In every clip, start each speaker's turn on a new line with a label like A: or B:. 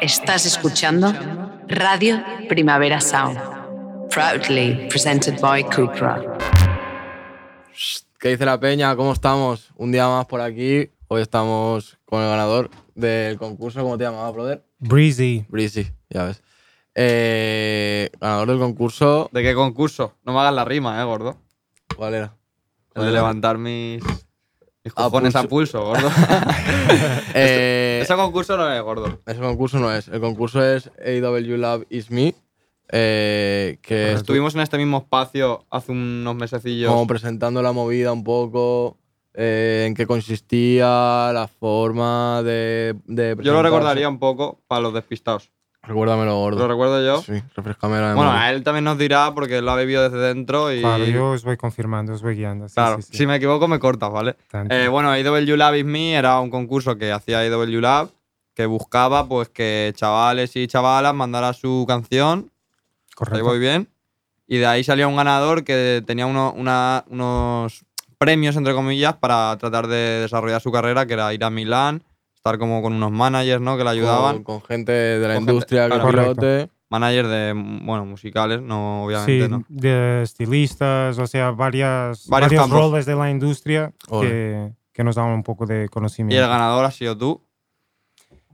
A: Estás escuchando Radio Primavera Sound. Proudly presented by Kukra.
B: ¿Qué dice la peña? ¿Cómo estamos? Un día más por aquí. Hoy estamos con el ganador del concurso. ¿Cómo te llamaba, brother?
C: Breezy.
B: Breezy, ya ves. Eh, ganador del concurso.
D: ¿De qué concurso? No me hagas la rima, eh, gordo.
B: ¿Cuál era?
D: El de levantar mis, mis
B: A
D: cojones a pulso, gordo.
B: Eh,
D: Ese concurso no es, gordo.
B: ese concurso no es. El concurso es AW Lab Is Me. eh, que estuvimos
D: Estuvimos en este mismo espacio hace unos mesecillos.
B: como presentando la movida un poco. eh, en qué consistía, la forma de, de
D: yo lo
B: presentarse.
D: recordaría un poco para los despistados.
B: Recuérdamelo, gordo.
D: Lo recuerdo yo.
B: Sí, refrescame la
D: Bueno,
B: memoria.
D: a él también nos dirá porque lo ha vivido desde dentro y.
C: Claro, yo os voy confirmando, os voy guiando. sí,
D: Claro,
C: sí, sí.
D: si me equivoco me cortas, ¿vale?
C: Tanto.
D: Eh, bueno, IW Lab is Me era un concurso que hacía IW Lab que buscaba pues que chavales y chavalas mandaran su canción, hasta ahí
C: Correcto.
D: voy bien, y de ahí salía un ganador que tenía uno- una- unos premios, entre comillas, para tratar de desarrollar su carrera, que era ir a Milán, estar como con unos managers, ¿no? Que le
B: Con,
D: ayudaban,
B: con gente de la
D: Con gente,
B: industria
D: claro.
B: que lo
C: Correcto.
B: pilote.
D: managers de, bueno, musicales, no, obviamente,
C: Sí,
D: ¿no?
C: de estilistas, o sea, varias,
D: Varios
C: varios
D: campos.
C: roles de la industria
B: Ole.
C: que, que nos daban un poco de conocimiento.
D: Y el ganador ha sido tú.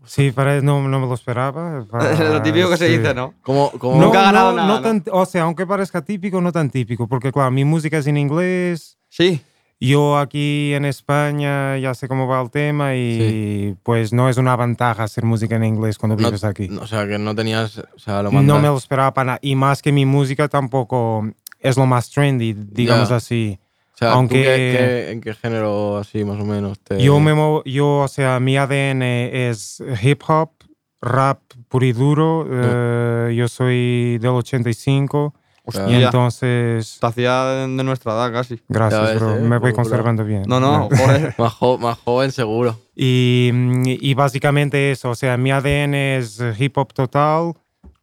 C: Sí, para, no, no me lo esperaba.
B: Ah,
C: para-
D: Lo típico que se
C: sí.
D: dice, ¿no?
B: ¿Cómo, cómo-
C: No,
D: Nunca ha ganado
C: no,
D: nada,
C: no
D: ¿no?
C: tan- o sea, aunque parezca típico, no tan típico, porque claro, mi música es en inglés,
D: Sí.
C: yo aquí en España ya sé cómo va el tema y pues no es una ventaja hacer música en inglés cuando vives aquí.
B: O sea, que no tenías. O sea, lo
C: No
B: mandas-
C: me lo esperaba para nada. Y más que mi música tampoco es lo más trendy, digamos
B: Ya.
C: así.
B: O sea, ¿tú qué-
C: aunque-
B: qué- ¿En qué género así más o menos te.?
C: Yo, me mo- yo, o sea, mi ADN es hip hop, rap puro y duro. eh, yo soy del 85
B: Hostia.
C: y
D: Ya.
C: entonces...
D: Te hacía de de nuestra edad casi.
C: Gracias,
B: ves,
C: bro.
B: eh,
C: Me voy
B: bro.
C: conservando bien.
D: No, no,
C: Ya.
D: joder.
B: Más, jo- más joven, seguro.
C: Y, mm, y básicamente eso, o sea, mi ADN es eh, hip hop total.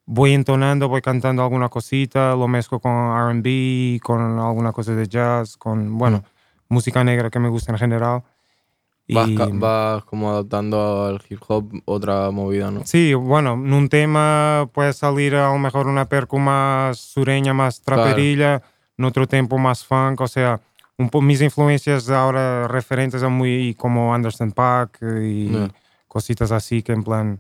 C: Voy entonando, voy cantando alguna cosita, lo mezclo con RB, con alguna cosa de jazz, con, bueno, música negra que me gusta en general. Y-
B: Mm. Vas, ca- vas como adoptando al hip hop otra movida, ¿no?
C: Sí, bueno, en un tema puede salir a lo mejor una percu más sureña, más
B: Claro.
C: traperilla, en otro tempo más funk, o sea, un po- mis influencias ahora referentes a muy como Anderson Paak y
B: Ya.
C: cositas así que en plan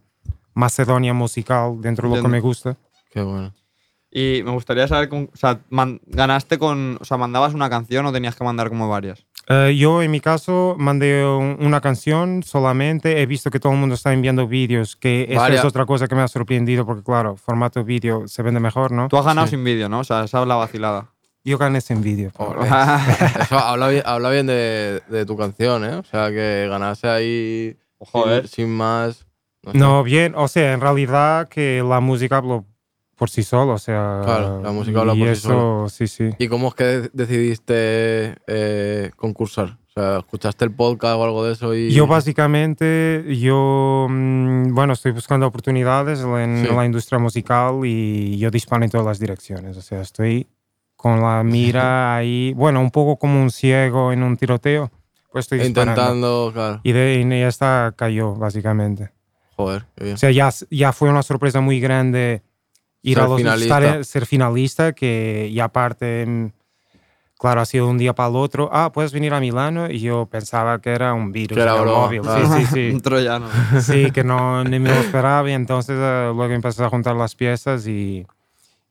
C: Macedonia musical dentro de lo que
D: Entiendo.
C: me gusta.
B: Qué bueno.
D: Y me gustaría saber, con- o sea, man- ganaste con, o sea, mandabas una canción o tenías que mandar como varias.
C: Eh, yo en mi caso mandé un- una canción solamente, he visto que todo el mundo está enviando vídeos, que eso
B: Vaya.
C: es otra cosa que me ha sorprendido porque claro, formato vídeo se vende mejor, ¿no?
D: Tú has ganado
B: Sí.
D: sin vídeo, ¿no? O sea, esa es la vacilada.
C: Yo gané sin vídeo.
B: Ole. Eso habla bien, habla bien de, de tu canción, ¿eh? O sea, que ganase ahí. sin-
D: Joder.
B: Sin, más. sé.
C: No, bien, o sea, en realidad que la música habló por sí sola, o sea.
B: Claro, la música habla por sí sola.
C: sola. Sí, sí.
B: ¿Y cómo es que de- decidiste eh, concursar? O sea, ¿escuchaste el podcast o algo de eso? Y...
C: Yo básicamente, yo, mm, bueno, estoy buscando oportunidades en
B: Sí.
C: la industria musical y yo disparo en todas las direcciones, o sea, estoy con la mira ahí, bueno, un poco como un ciego en un tiroteo, pues estoy disparando.
B: Intentando, claro.
C: Y de y esta cayó, básicamente.
B: Joder, qué bien.
C: O sea, ya, ya fue una sorpresa muy grande ir
B: Ser
C: a los
B: finalista.
C: estar- ser finalista, que y aparte, mm, claro, ha sido un día para el otro. Ah, puedes venir a Milano. Y yo pensaba que era un virus
B: Que era
C: en el
B: broma,
C: móvil.
B: claro.
C: Sí, sí,
D: Un troyano.
C: sí. Sí, que no, ni me lo esperaba. Y entonces eh, luego empecé a juntar las piezas y,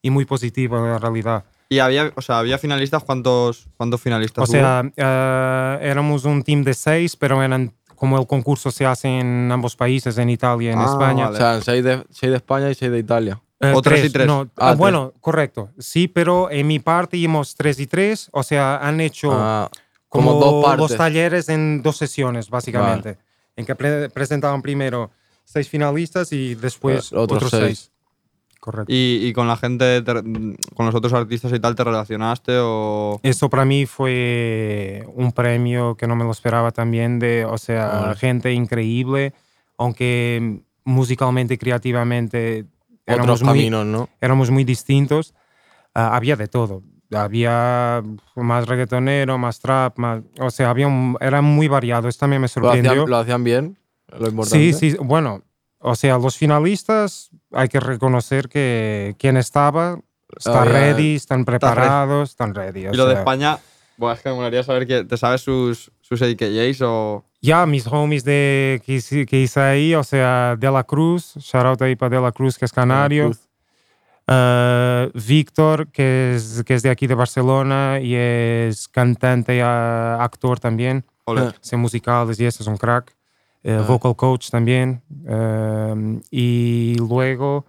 C: y muy positivo en realidad.
D: Y había, o sea, había finalistas, ¿cuántos, cuántos finalistas
C: O sea, eh, éramos un team de seis, pero eran como el concurso se hace en ambos países, en Italia y en
D: Ah,
C: España.
B: O sea, seis de, seis de España y seis de Italia.
C: Eh,
D: O tres y tres.
C: no,
B: Ah,
C: ah, bueno, correcto. Sí, pero en mi parte hemos tres y tres. O sea, han hecho
B: Ah,
C: como,
B: como dos partes.
C: los talleres en dos sesiones, básicamente. En que pre- presentaban primero seis finalistas y después
B: Eh, otros
C: otros,
B: seis.
C: seis. Correcto.
D: ¿Y, y con la gente, te- con los otros artistas y tal, te relacionaste o...?
C: Eso para mí fue un premio que no me lo esperaba también de, o sea,
B: Vale.
C: gente increíble, aunque musicalmente, creativamente,
B: otros
C: éramos muy,
B: caminos, ¿no?
C: éramos muy distintos. Ah, había de todo. Había más reggaetonero, más trap, más, o sea, había un- era muy variado. Esto también me
B: Lo hacían,
C: sorprendió.
B: lo hacían bien, lo importante.
C: sí, sí, bueno, o sea, los finalistas hay que reconocer que quien estaba está
B: Había-
C: ready, están
D: ready.
C: preparados, están ready. o
D: Y lo de
C: sea.
D: España, bueno, es que me molaría saber que te sabes sus, sus AKJs o.
C: Ya, mis homies de, que, hice- que hice ahí, o sea, De La Cruz, shout out ahí para De La Cruz, que es canario.
B: Cruz.
C: Eh, Víctor, que es, que es de aquí de Barcelona y es cantante y ah, actor también.
D: Ole.
B: Ah.
C: Hace musicales y eso es un crack. Eh,
B: Ah.
C: Vocal coach también. Eh, y luego,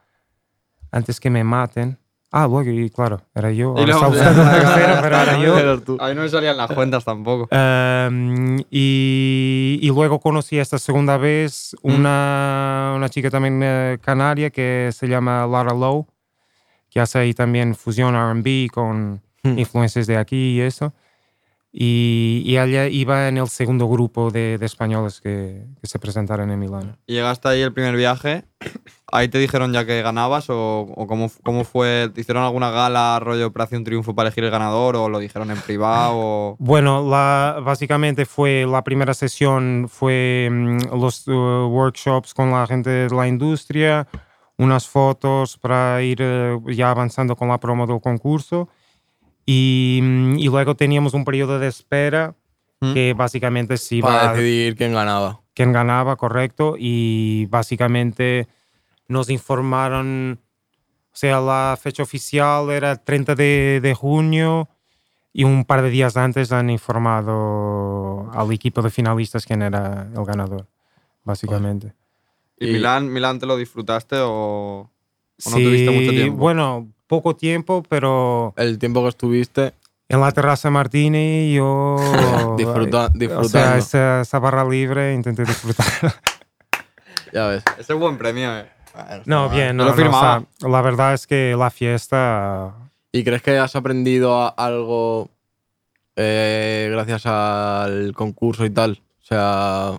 C: antes que me maten. Ah, luego, y claro, era yo.
D: Y
C: ahora
D: luego-
C: estaba buscando el tercero, pero era yo.
B: Eras tú.
D: A mí no me salían las cuentas tampoco.
C: Um, y, y luego conocí esta segunda vez
D: Mm.
C: una, una chica también eh, canaria que se llama Lara Lowe, que hace ahí también fusión RB con
B: Hmm.
C: influencias de aquí y eso. Y, y ella iba en el segundo grupo de, de españoles que, que se presentaron en Milán.
D: Y llegaste ahí el primer viaje. Ahí te dijeron ya que ganabas o, o cómo, cómo fue. ¿Te hicieron alguna gala, rollo Operación Triunfo para elegir el ganador o lo dijeron en privado? O...
C: Bueno, la, básicamente fue la primera sesión, fue mm, los eh, workshops con la gente de la industria, unas fotos para ir eh, ya avanzando con la promo del concurso y, mm, y luego teníamos un periodo de espera
D: ¿Mm?
C: que básicamente se iba
B: Para decidir quién ganaba.
C: quién ganaba, correcto, y básicamente nos informaron, o sea, la fecha oficial era 30 de, de junio y un par de días antes han informado al equipo de finalistas quién era el ganador, básicamente.
D: ¿Y,
B: Y-
D: Milán, Milán te lo disfrutaste o.? ¿O Pues no
C: Sí,
D: tuviste mucho tiempo?
C: Bueno, poco tiempo, pero
B: El tiempo que estuviste,
C: en la terraza Martini yo...
B: disfruta-
C: O sea,
B: disfrutando.
C: esa, esa barra libre intenté disfrutar.
B: ya ves.
D: Ese es buen premio, eh.
C: No, bien,
D: Yo
C: no,
D: lo
C: no, o sea,
D: firmaba.
C: la verdad es que la fiesta
B: ¿Y crees que has aprendido a- algo eh, gracias al concurso y tal? O sea,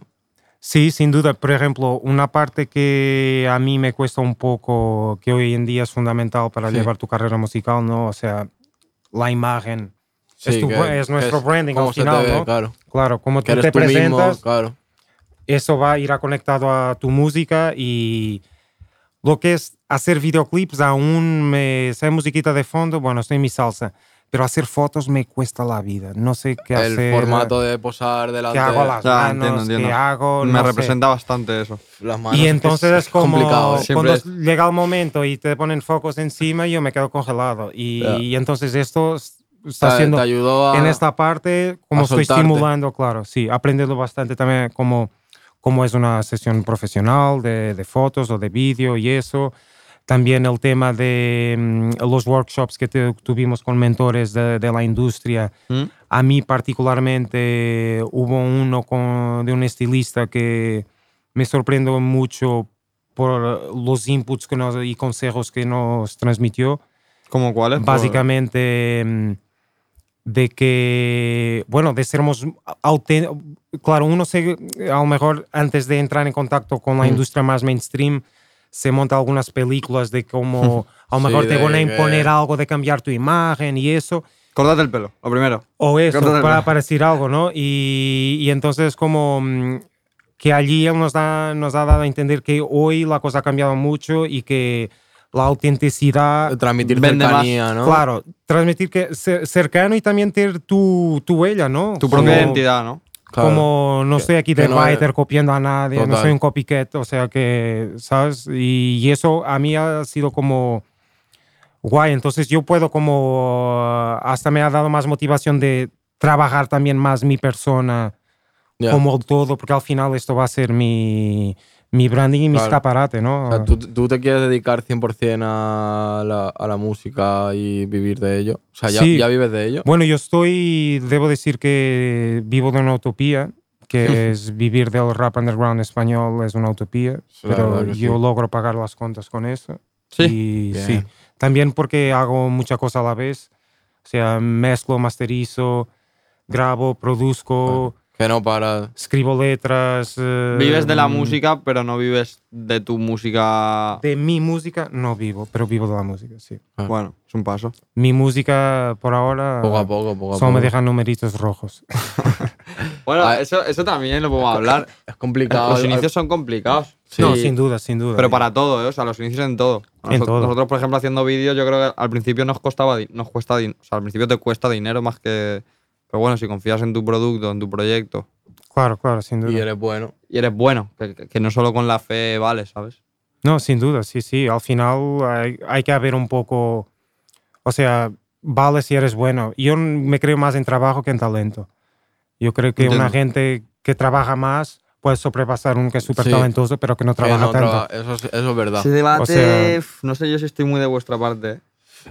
C: Sí, sin duda. Por ejemplo, una parte que a mí me cuesta un poco, que hoy en día es fundamental para
B: Sí.
C: llevar tu carrera musical, ¿no? O sea, la imagen.
B: sí,
C: Es tu-
B: que-
C: es nuestro
B: que
C: branding al
B: cómo se te
C: final,
B: ve,
C: ¿no?
B: Claro,
C: Claro, como
B: que
C: tú te
B: eres tú
C: presentas,
B: mismo, claro.
C: eso va a ir conectado a tu música y lo que es hacer videoclips aún me... Si hay musiquita de fondo, bueno, estoy en mi salsa. Pero hacer fotos me cuesta la vida. No sé qué
B: El
C: hacer.
B: formato Ah, de posar delante,
C: ¿Qué hago a las
D: Ya,
C: manos?
D: entiendo, entiendo.
C: ¿Qué hago?
D: me
C: No sé.
D: representa bastante eso.
B: las manos.
C: Y
B: es que
C: entonces
B: es
C: es como
B: complicado. ¿eh?
D: Siempre
C: cuando
D: es-
C: llega el momento y te ponen focos encima, yo me quedo congelado. Y,
B: Ya.
C: y entonces esto s-
B: Te-
C: está haciendo
B: te ayudó a,
C: en esta parte
B: a
C: como estoy
B: soltarte.
C: estimulando, claro, sí, aprendiendo bastante también cómo, cómo es una sesión profesional de, de fotos o de vídeo y eso. También el tema de mm, los workshops que te- tuvimos con mentores de, de la industria.
D: ¿Mm?
C: A mí particularmente hubo uno con- de un estilista que me sorprendió mucho por los inputs que nos, y consejos que nos transmitió.
D: ¿Cómo cuál es?
C: Básicamente mm, de que, bueno, de sermos auténticos. Claro, uno se, a lo mejor antes de entrar en contacto con la
B: Mm.
C: industria más mainstream, se monta algunas películas de cómo a lo
B: Sí,
C: mejor te
B: de
C: van a
B: que-
C: imponer algo de cambiar tu imagen y eso.
D: Córtate el pelo, lo primero.
C: O eso,
D: Corta de
C: para,
D: verdad.
C: para decir algo, ¿no? Y, y entonces como mm, que allí él nos, da, nos ha dado a entender que hoy la cosa ha cambiado mucho y que la autenticidad,
B: transmitir
D: Vende más.
B: cercanía, ¿no?
C: claro, transmitir que ser cercano y también tener tu, tu ella, ¿no?
D: Tu
C: Como-
D: propia identidad, ¿no?
B: Claro.
C: Como no estoy aquí
B: que
C: de
B: no eres-
C: writer copiando a nadie, no
B: Total.
C: soy un copycat, o sea que, ¿sabes? Y, y eso a mí ha sido como guay, entonces yo puedo como, ah, hasta me ha dado más motivación de trabajar también más mi persona
B: Ya.
C: como todo, porque al final esto va a ser mi, mi branding y mi
B: Claro.
C: escaparate, ¿no?
B: O sea, ¿tú, tú te quieres dedicar 100% a la, a la música y vivir de ello? O sea, ¿ya,
C: Sí.
B: ya vives de ello?
C: Bueno, yo estoy, debo decir que vivo de una utopía, que es vivir del rap underground español es una utopía,
B: Sí, la
C: pero
B: verdad que
C: yo
B: sí.
C: logro pagar las cuentas con eso.
D: Sí.
C: Y
B: Bien.
C: sí, también porque hago mucha cosa a la vez, o sea, mezclo, masterizo, grabo, produzco,
B: Que no para...
C: escribo letras. eh,
D: Vives de la
C: mm,
D: música, pero no vives de tu música.
C: De mi música no vivo, pero vivo de la música, sí.
D: Bueno, es un paso.
C: Mi música por ahora
B: Poco a poco, poco a
C: solo
B: poco.
C: me dejan numeritos rojos.
D: Bueno,
B: Ah,
D: eso, eso también lo podemos hablar.
B: Es complicado.
D: Los inicios son complicados.
B: Sí.
C: No, sin duda, sin duda.
D: Pero para todo, ¿eh? O sea, los inicios en todo. A
C: En
D: nosot-
C: todo.
D: Nosotros, por ejemplo, haciendo vídeos, yo creo que al principio nos costaba, di- nos cuesta, din- o sea, al principio te cuesta dinero más que... Pero bueno, si confías en tu producto, en tu proyecto,
C: Claro, claro, sin duda.
B: Y eres bueno.
D: y eres bueno, que, que- que no solo con la fe vale, ¿sabes?
C: No, sin duda, sí, sí. Al final hay, hay que haber un poco, o sea, vale si eres bueno. Yo n- me creo más en trabajo que en talento. Yo creo que una
D: Entiendo.
C: gente que trabaja más puede sobrepasar un que es súper
B: Sí.
C: talentoso, pero que no
B: Que
C: trabaja
B: no
C: tanto.
B: traba- eso, es, eso es verdad.
D: Ese debate,
C: O sea-
D: uf, no sé yo si estoy muy de vuestra parte. ¿eh?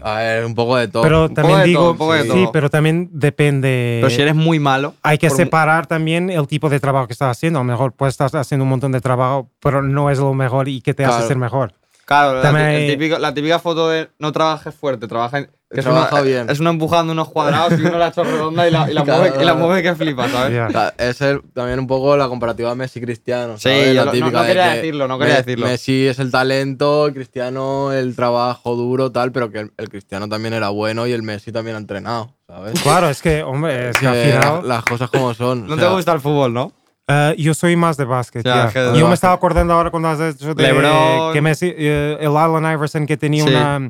B: A ver, un poco de todo.
C: Pero
D: Un poco
C: también
D: de
C: digo,
D: todo, un poco de
C: sí,
D: todo.
C: pero también depende.
D: Pero si eres muy malo...
C: Eh, hay que
D: por mu-
C: separar también el tipo de trabajo que estás haciendo. A lo mejor puedes estar haciendo un montón de trabajo, pero no es lo mejor y que te hace
B: Claro.
C: ser mejor.
D: Claro, la,
C: También
D: ti- el
C: hay-
D: típico- la típica foto de no trabajes fuerte, trabaja en- que es
B: Trabaja
D: una-
B: bien.
D: Es uno empujando unos cuadrados y uno la ha hecho redonda y la, y la
B: Claro,
D: mueve, y la
B: claro.
D: mueve que flipa, ¿sabes?
C: Ya.
B: Ta- Es el- también un poco la comparativa de Messi Cristiano.
D: Sí,
B: ¿sabes?
D: yo
B: La
D: lo- no-
B: típica
D: no
B: de
D: quería
B: que
D: decirlo, no quería
B: Me-
D: decirlo.
B: Messi es el talento, Cristiano el trabajo duro, tal, pero que el, el Cristiano también era bueno y el Messi también ha entrenado, ¿sabes?
C: Claro, es que, hombre, es que al
B: Que
C: final.
B: la- las cosas como son.
D: No
B: o
D: te
B: sea,
D: gusta el fútbol, ¿no?
C: Eh, yo soy más de básquet.
D: Ya,
C: ya.
D: que de
C: Yo
D: básquet.
C: me estaba acordando ahora cuando has hecho de
D: LeBron.
C: que Messi, eh, el Allen Iverson que tenía
D: Sí.
C: una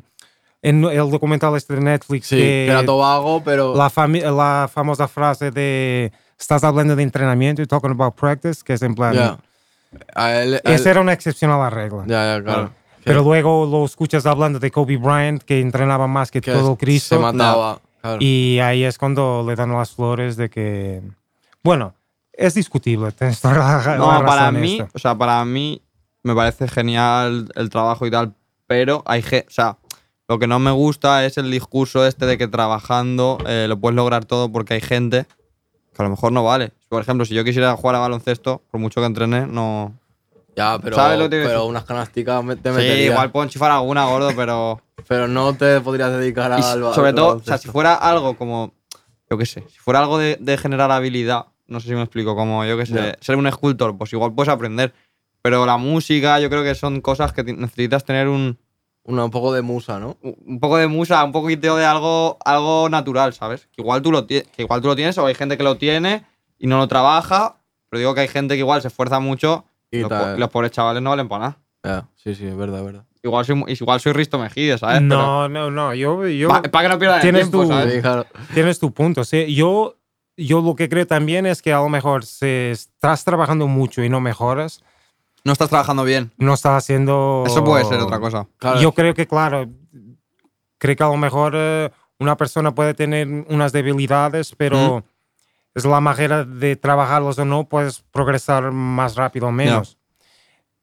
C: en el documental este de Netflix
B: Sí,
C: que
B: que era todo vago, pero.
C: la, fami- la famosa frase de estás hablando de entrenamiento y talking about practice que es en plan
B: ya. A él- a él-
C: esa era una excepción a la regla.
B: Ya, ya, claro. Que-
C: Pero luego lo escuchas hablando de Kobe Bryant que entrenaba más que,
B: que
C: todo el Cristo.
B: Se mataba. claro.
C: Y ahí es cuando le dan las flores de que bueno, es discutible, tienes toda la-
D: No,
C: la
D: para
C: razón en
D: mí,
C: esto.
D: o sea, para mí me parece genial el trabajo y tal, pero hay, ge- o sea, lo que no me gusta es el discurso este de que trabajando eh, lo puedes lograr todo porque hay gente que a lo mejor no vale. Por ejemplo, si yo quisiera jugar a baloncesto, por mucho que entrene, no.
B: ya, pero,
D: ¿sabes lo que te quiero
B: pero
D: decir?
B: unas canasticas me- te
D: Sí,
B: metería.
D: igual puedo enchufar alguna gordo, pero
B: Pero no te podrías dedicar
D: Y
B: al ba-
D: sobre
B: al
D: todo, o sea, si
B: baloncesto.
D: fuera algo como, yo qué sé, si fuera algo de, de generar habilidad, no sé si me explico, como yo qué sé,
B: Ya.
D: ser un escultor, pues igual puedes aprender. Pero la música, yo creo que son cosas que ti- necesitas tener un,
B: Una- un poco de musa, ¿no?
D: un poco de musa, un poquito de algo, algo natural, ¿sabes? Que igual, tú lo tie- que igual tú lo tienes o hay gente que lo tiene y no lo trabaja, pero digo que hay gente que igual se esfuerza mucho
B: Y
D: y los,
B: tal.
D: po- los pobres chavales no valen para nada.
B: Ya, Ah, sí, sí, es verdad, es verdad.
D: Igual soy, mu- igual soy Risto Mejide, ¿sabes?
C: No, no, no, yo, yo
D: Para que no pierdas el
C: Tienes
D: tiempo,
C: tu-
D: ¿sabes?
B: Sí, claro.
C: Tienes tu punto. sí. Yo, yo lo que creo también es que a lo mejor si estás trabajando mucho y no mejoras,
D: No estás trabajando bien.
C: no estás haciendo...
D: Eso puede ser otra cosa.
B: Claro,
C: Yo creo que, claro, creo que a lo mejor eh, una persona puede tener unas debilidades, pero es la manera de trabajarlos o no, puedes progresar más rápido o menos.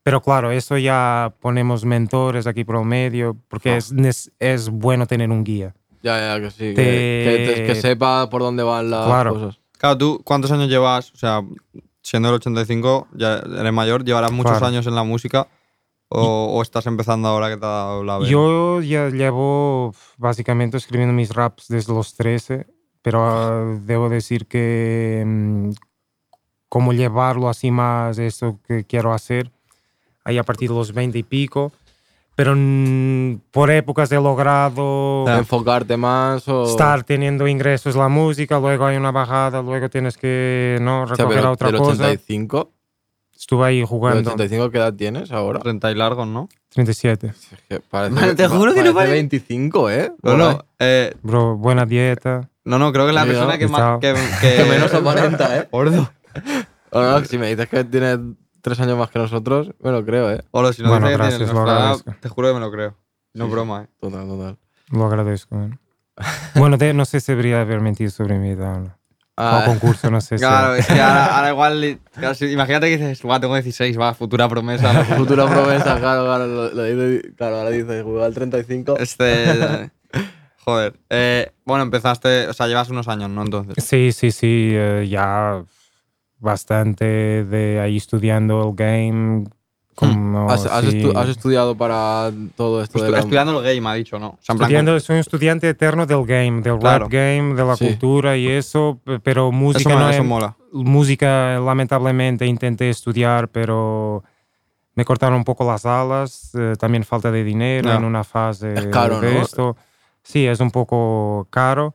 C: Pero claro, eso ya ponemos mentores aquí por el medio, porque
B: Ah.
C: es, nes- es bueno tener un guía.
B: ya, ya, que sí. que-
C: Te-
B: Que, te- que sepa por dónde van las
C: Claro.
B: cosas.
D: Claro, tú, ¿cuántos años llevas? O sea, siendo el 85, ya eres mayor, llevarás muchos
C: Claro.
D: años en la música. O, o estás empezando ahora que te ha dado la vena?
C: Yo ya llevo básicamente escribiendo mis raps desde los 13, pero ah, debo decir que mm, como llevarlo así más, esto que quiero hacer, ahí a partir de los 20 y pico, pero mm, por épocas he logrado
B: Enfocarte más o.
C: estar teniendo ingresos la música, luego hay una bajada, luego tienes que no
B: O sea,
C: recoger
B: pero,
C: a otra
B: del
C: cosa.
B: 85,
C: Estuve ahí
B: del
C: jugando
B: 85, ¿qué edad tienes ahora?
D: 30 y largos, ¿no?
C: 37,
B: Es que parece,
D: Vale, te
B: pa-
D: juro que no
B: parece
D: pare-
B: 25, ¿eh?
D: No,
B: Por ahí.
D: no, eh,
C: bro, buena dieta.
D: no, no, creo que es la
B: Mira,
D: persona que
C: quizá.
D: más. Que,
B: Que menos aparenta, ¿eh?
D: Gordo.
B: No, no, si me dices que tienes tres años más que nosotros, me lo creo, ¿eh?
D: Gordo, si no
C: Bueno,
D: dice que tiene
C: gracias,
D: nuestra
C: lo
D: edad,
C: agradezco.
D: te juro que me lo creo. No
B: Sí,
D: broma, ¿eh?
B: Total, total.
C: Lo agradezco. man. Bueno, de- no sé si debería haber mentido sobre mi edad. ¿no?
B: Ah,
C: Al concurso, no sé si.
D: Claro, es que ahora, ahora igual. claro, si- imagínate que dices, va, tengo 16, va, futura promesa. no sé".
B: futura promesa, claro, claro. Lo, lo dice- claro, ahora dices, jugar al 35.
D: Este. Joder. Eh, bueno, empezaste. O sea, llevas unos años, ¿no? Entonces.
C: Sí, sí, sí. eh, ya bastante de ahí estudiando el game. como
B: Hmm. ¿Has, has
C: sí.
B: estu- has estudiado para todo esto de
D: Estu-
B: la...
D: estudiando el game, ha dicho, ¿no? O sea, en plan,
C: Estudiando, soy un estudiante eterno del game, del
D: Claro.
C: rap game, de la
B: Sí.
C: cultura y eso, p- pero
D: como- eso,
C: música
D: mola,
C: no
D: eso
C: he-
D: mola.
C: música lamentablemente intenté estudiar, pero me cortaron un poco las alas, eh, también falta de dinero
D: Ya.
C: en una fase
B: Ah. Es caro,
C: de
B: ¿no?
C: esto. Sí, es un poco caro.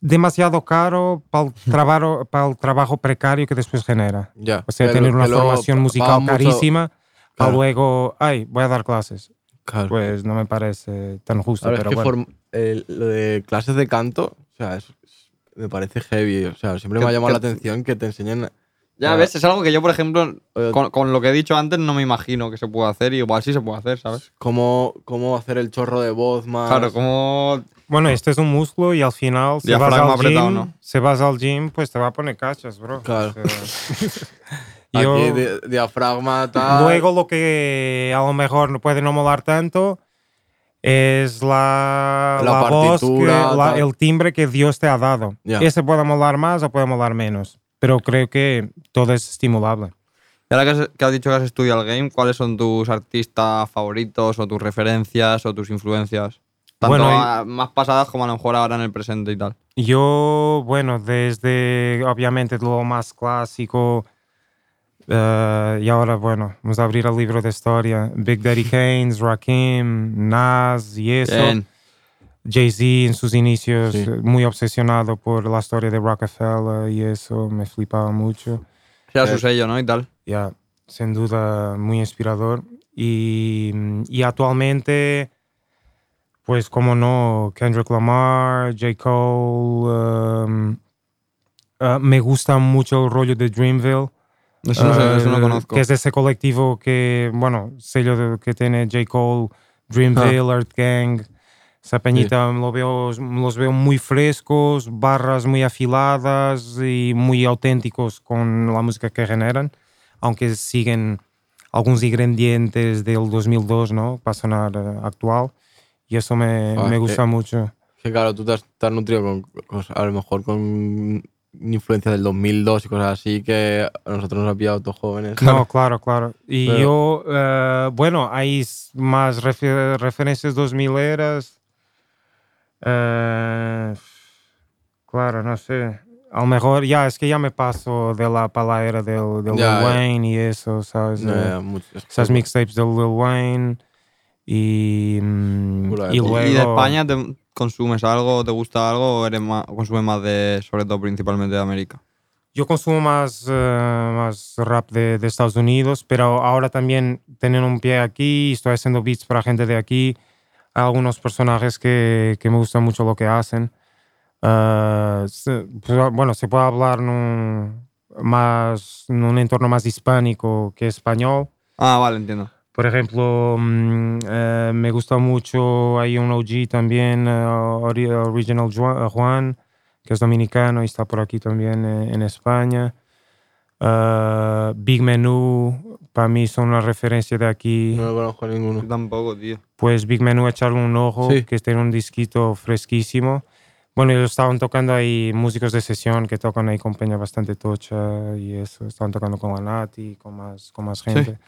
C: Demasiado caro para el, trabajo, para el trabajo precario que después genera.
B: Ya.
C: O sea,
B: que
C: tener
B: lo-
C: una
B: que luego
C: formación
B: pa-
C: musical
B: pagan mucho-
C: carísima
B: Claro.
C: A luego, ay, voy a dar clases.
B: Claro.
C: Pues no me parece tan justo,
B: Ahora, es
C: pero
B: que
C: bueno.
B: form- el- lo de clases de canto, o sea, es- es- me parece heavy. O sea, siempre me
D: Que-
B: ha llamado
D: que-
B: la atención que te enseñen.
D: Ya
B: Ah.
D: ves, es algo que yo, por ejemplo,
B: Oye,
D: con, con lo que he dicho antes, no me imagino que se pueda hacer y igual sí se puede hacer, ¿sabes?
B: Cómo, cómo hacer el chorro de voz más.
D: Claro, como.
C: Bueno, este es un músculo y al final, si vas,
D: Diafragma
C: al
D: apretado,
C: gym,
D: ¿no?
C: si vas al gym, pues te va a poner cachas, bro.
B: Claro.
C: O sea,
B: Aquí
C: yo-
B: di- diafragma, tal.
C: Luego lo que a lo mejor no puede no molar tanto es la,
B: La
C: voz, que-
B: partitura,
C: la-
B: tal.
C: el timbre que Dios te ha dado.
B: Ya.
C: Ese puede molar más o puede molar menos, pero creo que todo es estimulable.
D: Y ahora que has, que has dicho que has estudiado el game, ¿cuáles son tus artistas favoritos o tus referencias o tus influencias? Tanto
C: Bueno, y-
D: a- más pasadas como a lo mejor ahora en el presente y tal.
C: Yo, bueno, desde obviamente lo más clásico eh, y ahora, bueno, vamos a abrir el libro de historia. Big Daddy Keynes, Rakim, Nas y eso.
D: Bien.
C: Jay-Z en sus inicios,
B: Sí.
C: eh, muy obsesionado por la historia de Rockefeller y eso, me flipaba mucho.
D: Sea
B: Eh.
D: su sello, ¿no? Y tal.
C: Ya, sin duda, muy inspirador. Y, y actualmente, pues, como no, Kendrick Lamar, J. Cole. um, ah, me gusta mucho el rollo de Dreamville.
D: Eso no, sé, eso no
C: eh,
D: conozco.
C: Que es ese colectivo que, bueno, sello de- que tiene J. Cole, Dreamville,
D: Ah.
C: Earth Gang. Esa peñita lo veo, los veo muy frescos, barras muy afiladas y muy auténticos con la música que generan, aunque siguen algunos ingredientes del 2002, ¿no? Para sonar eh, actual. Y eso me,
B: Ah,
C: me
B: eh,
C: gusta mucho.
B: Que claro, tú te has, te has nutrido con, cosas- a lo mejor con influencia del 2002 y cosas así que a nosotros nos ha pillado todos jóvenes.
C: No, claro, claro. Y
B: Pero-
C: yo, eh, bueno, hay s- más refe- referencias 2000 eras. Eh, claro, no sé. A lo mejor ya, es que ya me paso de la palabra del, del
B: Ya,
C: Lil
B: ya.
C: Wayne y eso, ¿sabes?
B: No,
C: Eh,
B: ya, mucho- es que-
C: Esas mixtapes del Lil Wayne. Y, mm,
B: Pura
C: y
B: época.
C: luego.
D: ¿Y de España te consumes algo, te gusta algo o eres más, consumes más de, sobre todo principalmente de América?
C: Yo consumo más, eh, más rap de, de Estados Unidos, pero ahora también tener un pie aquí, estoy haciendo beats para gente de aquí. Hay algunos personajes que, que me gustan mucho lo que hacen. Eh, se- pues, bueno, se puede hablar en un, más, en un entorno más hispánico que español.
D: Ah, vale, entiendo.
C: Por ejemplo, mm, eh, me gusta mucho, hay un OG también, eh, ori- Original Ju- eh, Juan, que es dominicano y está por aquí también eh, en España. Eh, Big Menu, para mí son una referencia de aquí.
B: No lo conozco ninguno.
D: Yo tampoco, tío.
C: Pues Big Menu, echarle un ojo,
B: Sí.
C: que tiene un disquito fresquísimo. Bueno, ellos estaban tocando ahí músicos de sesión que tocan ahí con Peña bastante tocha y eso. Estaban tocando con la Nati, con más, con más gente.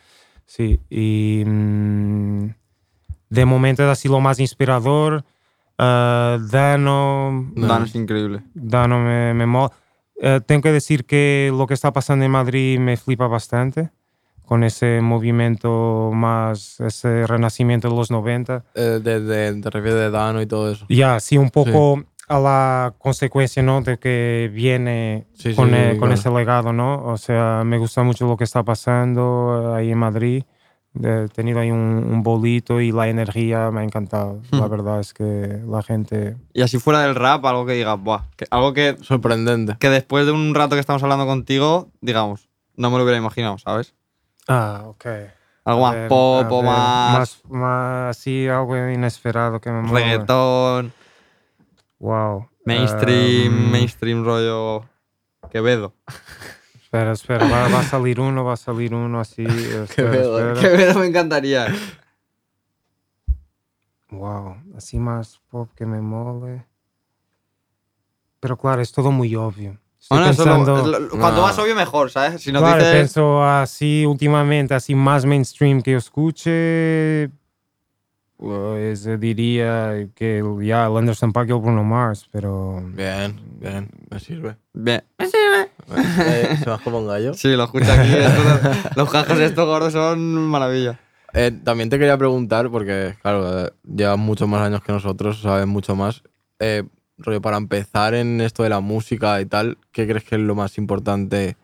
C: Sí, y mm, de momento es así lo más inspirador. Ah, Dano,
B: No.
D: Dan es increíble.
C: Dano me, me mola. Eh, tengo que decir que lo que está pasando en Madrid me flipa bastante con ese movimiento más, ese renacimiento de los 90.
B: Eh, de- de- te refieres de Dano y todo eso.
C: Ya, sí, un poco a la consecuencia, ¿no? De que viene
B: Sí, sí,
C: con,
B: sí,
C: eh,
B: sí,
C: con
B: claro.
C: ese legado, ¿no? O sea, me gusta mucho lo que está pasando eh, ahí en Madrid. De- He tenido ahí un, un bolito y la energía me ha encantado.
B: Hmm.
C: La verdad es que la gente...
D: Y así fuera del rap, algo que digas, buah, que- algo que,
B: Sorprendente.
D: que después de un rato que estamos hablando contigo, digamos, no me lo hubiera imaginado, ¿sabes?
C: Ah, ok.
D: Algo más pop o más,
C: más... así, algo inesperado que me mola.
D: reggaetón,
C: Wow.
D: mainstream,
C: Um,
D: mainstream rollo Quevedo.
C: Espera, espera. Va, va a salir uno, va a salir uno así. espera,
B: pedo,
C: espera.
D: Quevedo me encantaría.
C: Wow, así más assim pop que me mole. Pero claro, es todo muy obvio. Estoy
D: Bueno, eso lo-
C: pensando,
D: es lo- cuanto
B: No.
D: más obvio mejor, ¿sabes? Si nos
C: claro,
D: dices...
C: pienso así últimamente, así más mainstream que yo escuche, pues eh, diría que el- ya el Anderson Paak y el Bruno Mars, pero
B: Bien, bien, me sirve.
D: Bien.
B: Eh, ¿Se vas como un gallo?
D: Sí, lo escucha aquí. esto- los cajas estos gordos son maravilla.
B: Eh, también te quería preguntar, porque claro, eh, llevas muchos más años que nosotros, sabes mucho más. Eh, rollo, para empezar en esto de la Eh, música y tal, ¿qué crees que es lo más importante?